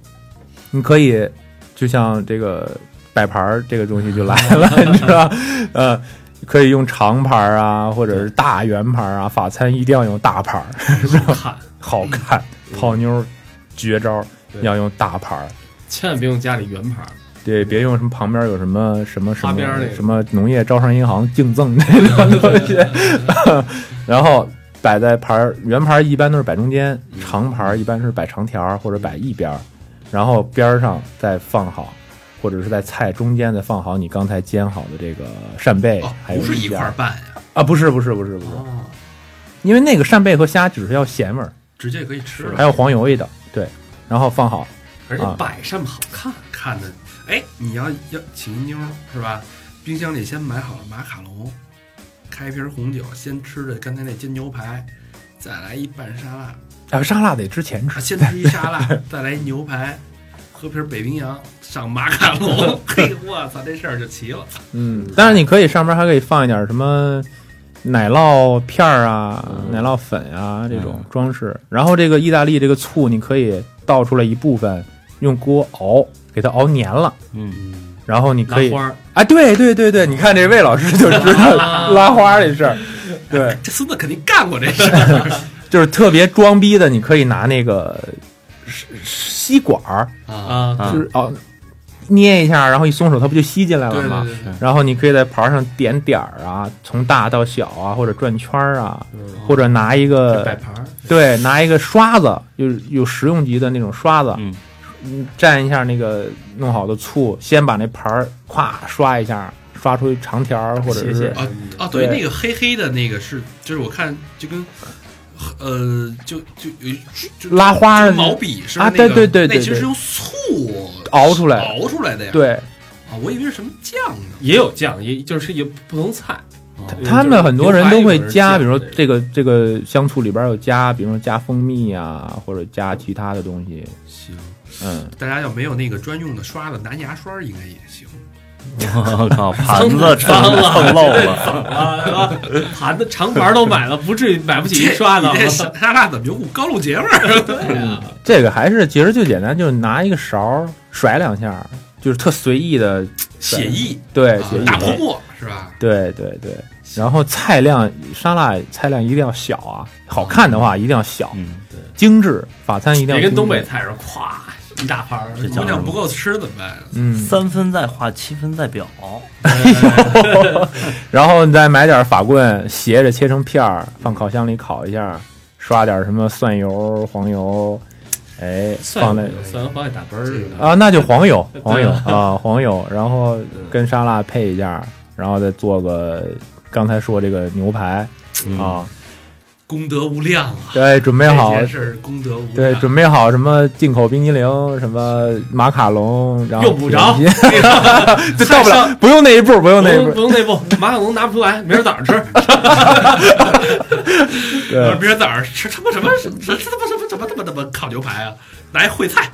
S5: 你可以就像这个摆盘儿这个东西就来了， [laughs] 你知道？呃，可以用长盘儿啊，或者是大圆盘儿啊，法餐一定要用大盘儿， [laughs]
S6: 看，
S5: 好看。泡妞儿绝招儿
S6: 对
S5: 要用大盘儿，
S6: 千万别用家里圆盘儿，
S5: 对，别用什么旁边有什么什么什
S6: 花
S5: 么
S6: 边儿那个
S5: 什么农业招商银行敬赠那种东西，
S3: 嗯
S5: [laughs] 然后摆在盘儿圆盘儿一般都是摆中间，
S3: 嗯
S5: 长盘儿一般是摆长条儿或者摆一边儿，然后边儿上再放好，或者是在菜中间再放好你刚才煎好的这个扇贝
S3: 哦，，
S5: 还有
S3: 不是一
S5: 一
S3: 块
S5: 边
S3: 儿
S5: 儿
S3: 拌呀，
S5: 啊，不是不是不是不是，
S3: 哦，
S5: 因为那个扇贝和虾只是要咸味儿，
S3: 直接可以吃了，
S5: 还有黄油味道，对，然后放好，
S6: 而
S5: 啊
S6: 且摆上好看。
S3: 看着，哎，你要要请一妞儿是吧？冰箱里先买好了马卡龙，开瓶红酒，先吃着刚才那煎牛排，再来一拌沙拉，
S5: 啊，沙拉得之前
S3: 啊，
S5: 吃，
S3: 先吃一沙
S5: [laughs]
S3: 拉，再来一牛排，喝瓶北冰洋，上马卡
S5: [laughs]
S3: 龙，嘿，我操，这事儿就齐了。
S5: 嗯，当然你可以上面还可以放一点什么奶酪片儿啊、奶酪粉啊这种装饰。然后这个意大利这个醋，你可以倒出来一部分，用锅熬，给它熬黏了。
S4: 嗯，
S5: 然后你可以
S6: 拉花儿
S5: 啊，对对对对，你看这魏老师就知道拉花儿这事儿，对，
S3: 这孙子肯定干过这事儿，
S5: 就是特别装逼的，你可以拿那个吸吸管儿，
S6: 啊，
S4: 啊
S5: 就是哦捏一下，然后一松手，它不就吸进来了
S3: 对
S5: 吗？
S3: 对对对，
S5: 然后你可以在盘上点点儿啊，从大到小啊，或者转圈儿啊，或者拿一
S6: 摆
S5: 个
S6: 盘儿，
S5: 呃对，拿一个刷子，有有食用级的那种刷子，
S4: 嗯
S5: 嗯，蘸一下那个弄好的醋，先把那盘儿咵刷一下，刷出一长条儿，或者是
S6: 谢谢
S3: 啊啊，对，
S5: 对
S3: 那个黑黑的那个是，就是我看就跟。呃，就就就
S5: 拉花儿
S3: 就毛笔似的、
S5: 啊
S3: 那个
S5: 对对对对
S3: 那其实
S5: 对
S3: 是用醋
S5: 熬出来
S3: 熬出来的呀。
S5: 对
S3: 啊，我以为是什么酱呢。
S6: 也有酱，也就是有不同菜。啊嗯
S5: 他们很多人都会加，比如说
S6: 这
S5: 这个这个香醋里边儿有加，比如说加蜂蜜啊，或者加其他的东西，
S3: 行，
S5: 嗯，
S3: 大家要没有那个专用的刷子，拿牙刷儿应该也行。
S4: [laughs] 我靠，盘子蹭
S6: 脏了
S4: 蹭漏了，
S6: 啊，盘子长盘都买了，不至于买不起一
S3: 这
S6: 刷子
S5: [laughs]
S3: 你。这沙沙拉怎么有股高露洁味儿？
S5: 这个还是其实就简单，就是拿一个勺儿甩两下儿，就是特随意的
S3: 写意，
S5: 对，
S3: 啊
S5: 写意
S3: 打泡沫是吧？
S5: 对对对。然后菜量，沙拉菜量一定要小啊，好看的话一定要小，
S4: 嗯，
S5: 精致。法餐
S6: [laughs]
S5: 一定要
S6: 也跟东北
S5: 精致，
S6: 菜似的，咵一大盘儿。
S3: 姑
S4: 这叫什
S3: 娘
S4: 么
S3: 不够吃怎么办？
S5: 嗯。
S4: 三分在画，七分在表，
S5: 然后你再买点法棍，斜着切成片儿，放烤箱里烤一下，刷点什么蒜油、黄油，哎，放在
S6: 蒜嗯蓉黄也打啵儿似的。
S5: 啊，那就黄油，黄油啊，黄油，然后跟沙拉配一下，然后再做个刚才说这个牛排啊，
S3: 功德无量啊！
S5: 对，准备好
S3: 这件事儿功德无量，
S5: 对，准备好什么进口冰激凌，什么马卡龙，然后
S3: 用不着，
S5: 点心就到不
S3: 太
S5: 了，不用那一步，不用
S6: 不
S5: 那一
S6: 用
S5: 步，
S6: 不用内部，马卡龙拿不出来，明儿早上吃。
S5: [laughs]
S6: [laughs] 啊
S5: 对，
S3: 明儿早上吃他妈什么什么什么什么什么他妈他妈烤牛排啊，来烩菜，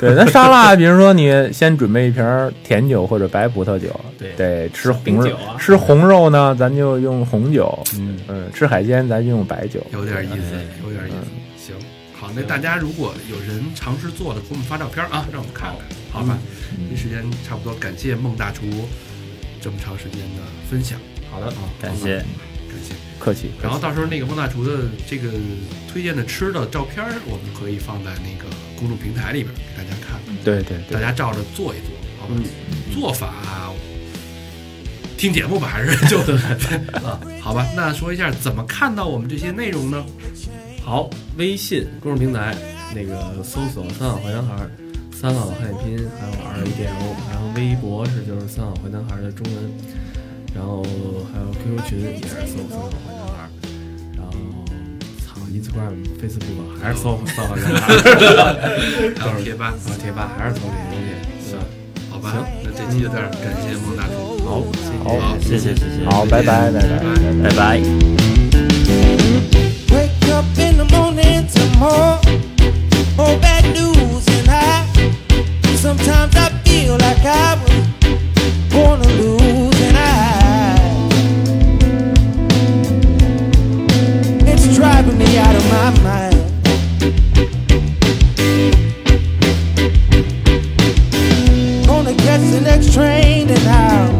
S5: 对。那沙拉，比如说你先准备一瓶甜酒或者白葡萄酒，
S6: 对
S5: 对，吃
S6: 冰
S5: 红
S6: 酒
S5: 肉，
S6: 啊，
S5: 吃红肉呢，咱就用红酒，
S4: 嗯，
S5: 嗯，吃海鲜咱就用白酒，
S3: 有点意思，有点意思。行，好，那大家如果有人尝试做的，给我们发照片儿啊，让我们看看，好吧？
S5: 嗯
S3: 这时间差不多，感谢孟大厨这么长时间的分享，
S6: 好的，
S4: 感谢，
S3: 感谢。
S5: 客气。客
S3: 然后
S5: 气
S3: 到时候那个孟大厨的这个推荐的吃的照片儿，我们可以放在那个公众平台里边儿给大家看，
S5: 对嗯对
S3: 大
S5: 对，
S3: 家照着做一做，好吧？做法啊听节目吧，还是就 [laughs] 啊？好吧，那说一下怎么看到我们这些内容呢？
S6: 好，微信公众平台那个搜索“三好坏男孩儿”，三好汉语拼音还有 R E D L，然后微博是就是“三好坏男孩儿”的中文，然后还有 QQ 群也是搜“三好坏男孩儿”，然后操 Instagram、Facebook 还是搜“三好坏男孩儿
S3: 还 [laughs] 有贴
S6: [laughs]
S3: 吧，”，
S6: 然后贴吧还是搜这些东西，
S3: [laughs]
S6: 对吧？
S3: 好吧？那这期就到这儿，感谢孟大厨，
S6: 好，谢谢。
S5: 好，
S4: 谢谢谢谢，
S5: 好，拜拜拜拜拜拜。
S4: 拜拜。
S7: Wake up in the morning to more, more bad news and I sometimes I feel like I was born to lose and I it's driving me out of my mind. Gonna catch the next train and I'll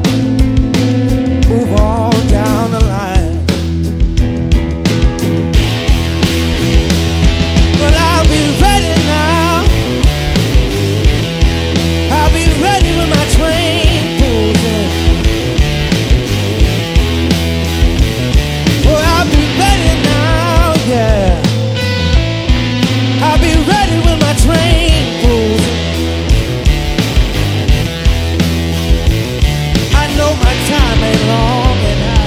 S7: move on down the line. Well, I'll be ready now. I'll be ready when my train pulls in. Oh, I'll be ready now, yeah. I'll be ready when my train pulls in. I know my time ain't long and I,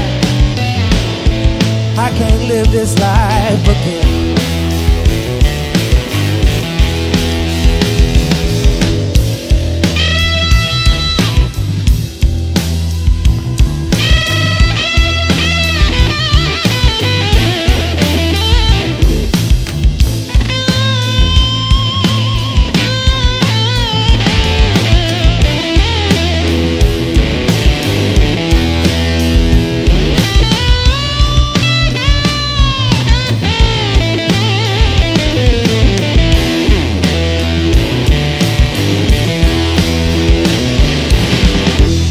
S7: I can't live this life again.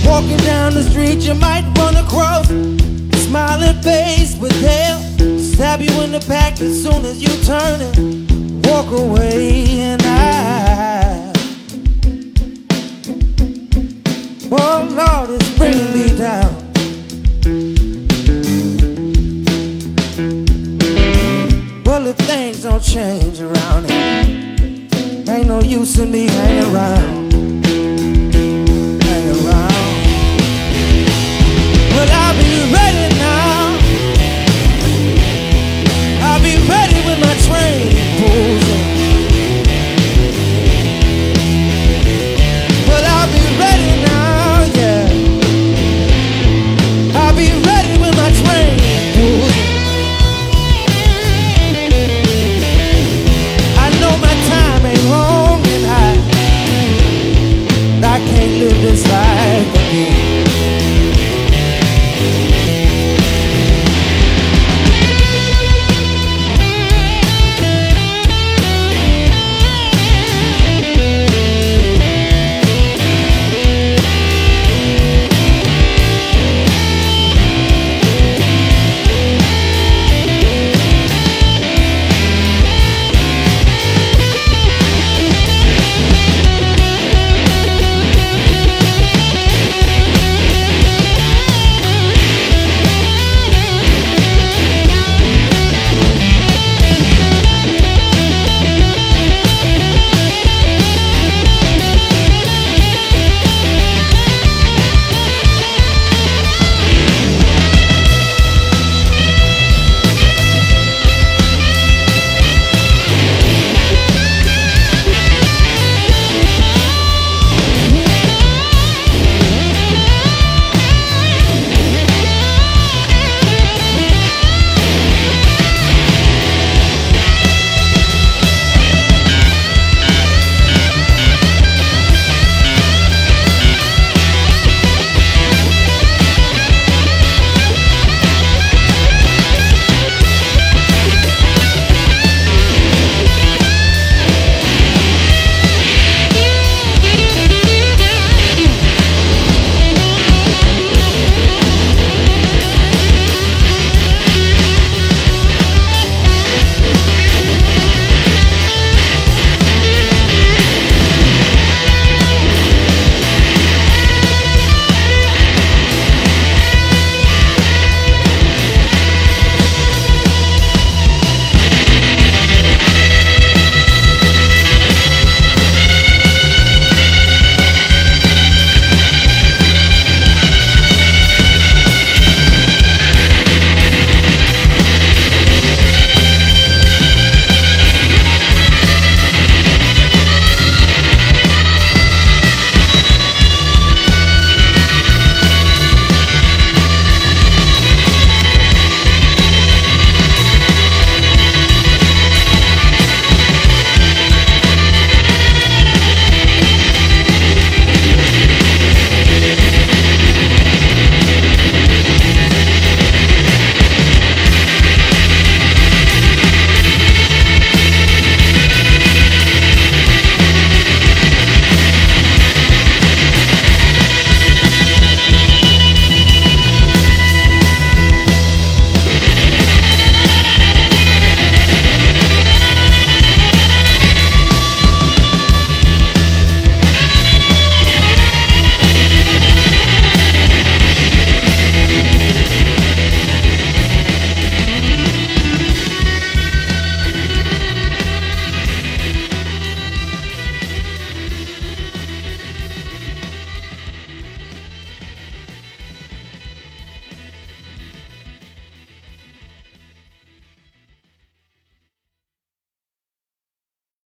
S7: Walking down the street, you might run across a smiling face, but they'll stab you in the back as soon as you turn and walk away. And I, oh Lord, it's bringing me down. Well, if things don't change around here, ain't no use in me hanging around.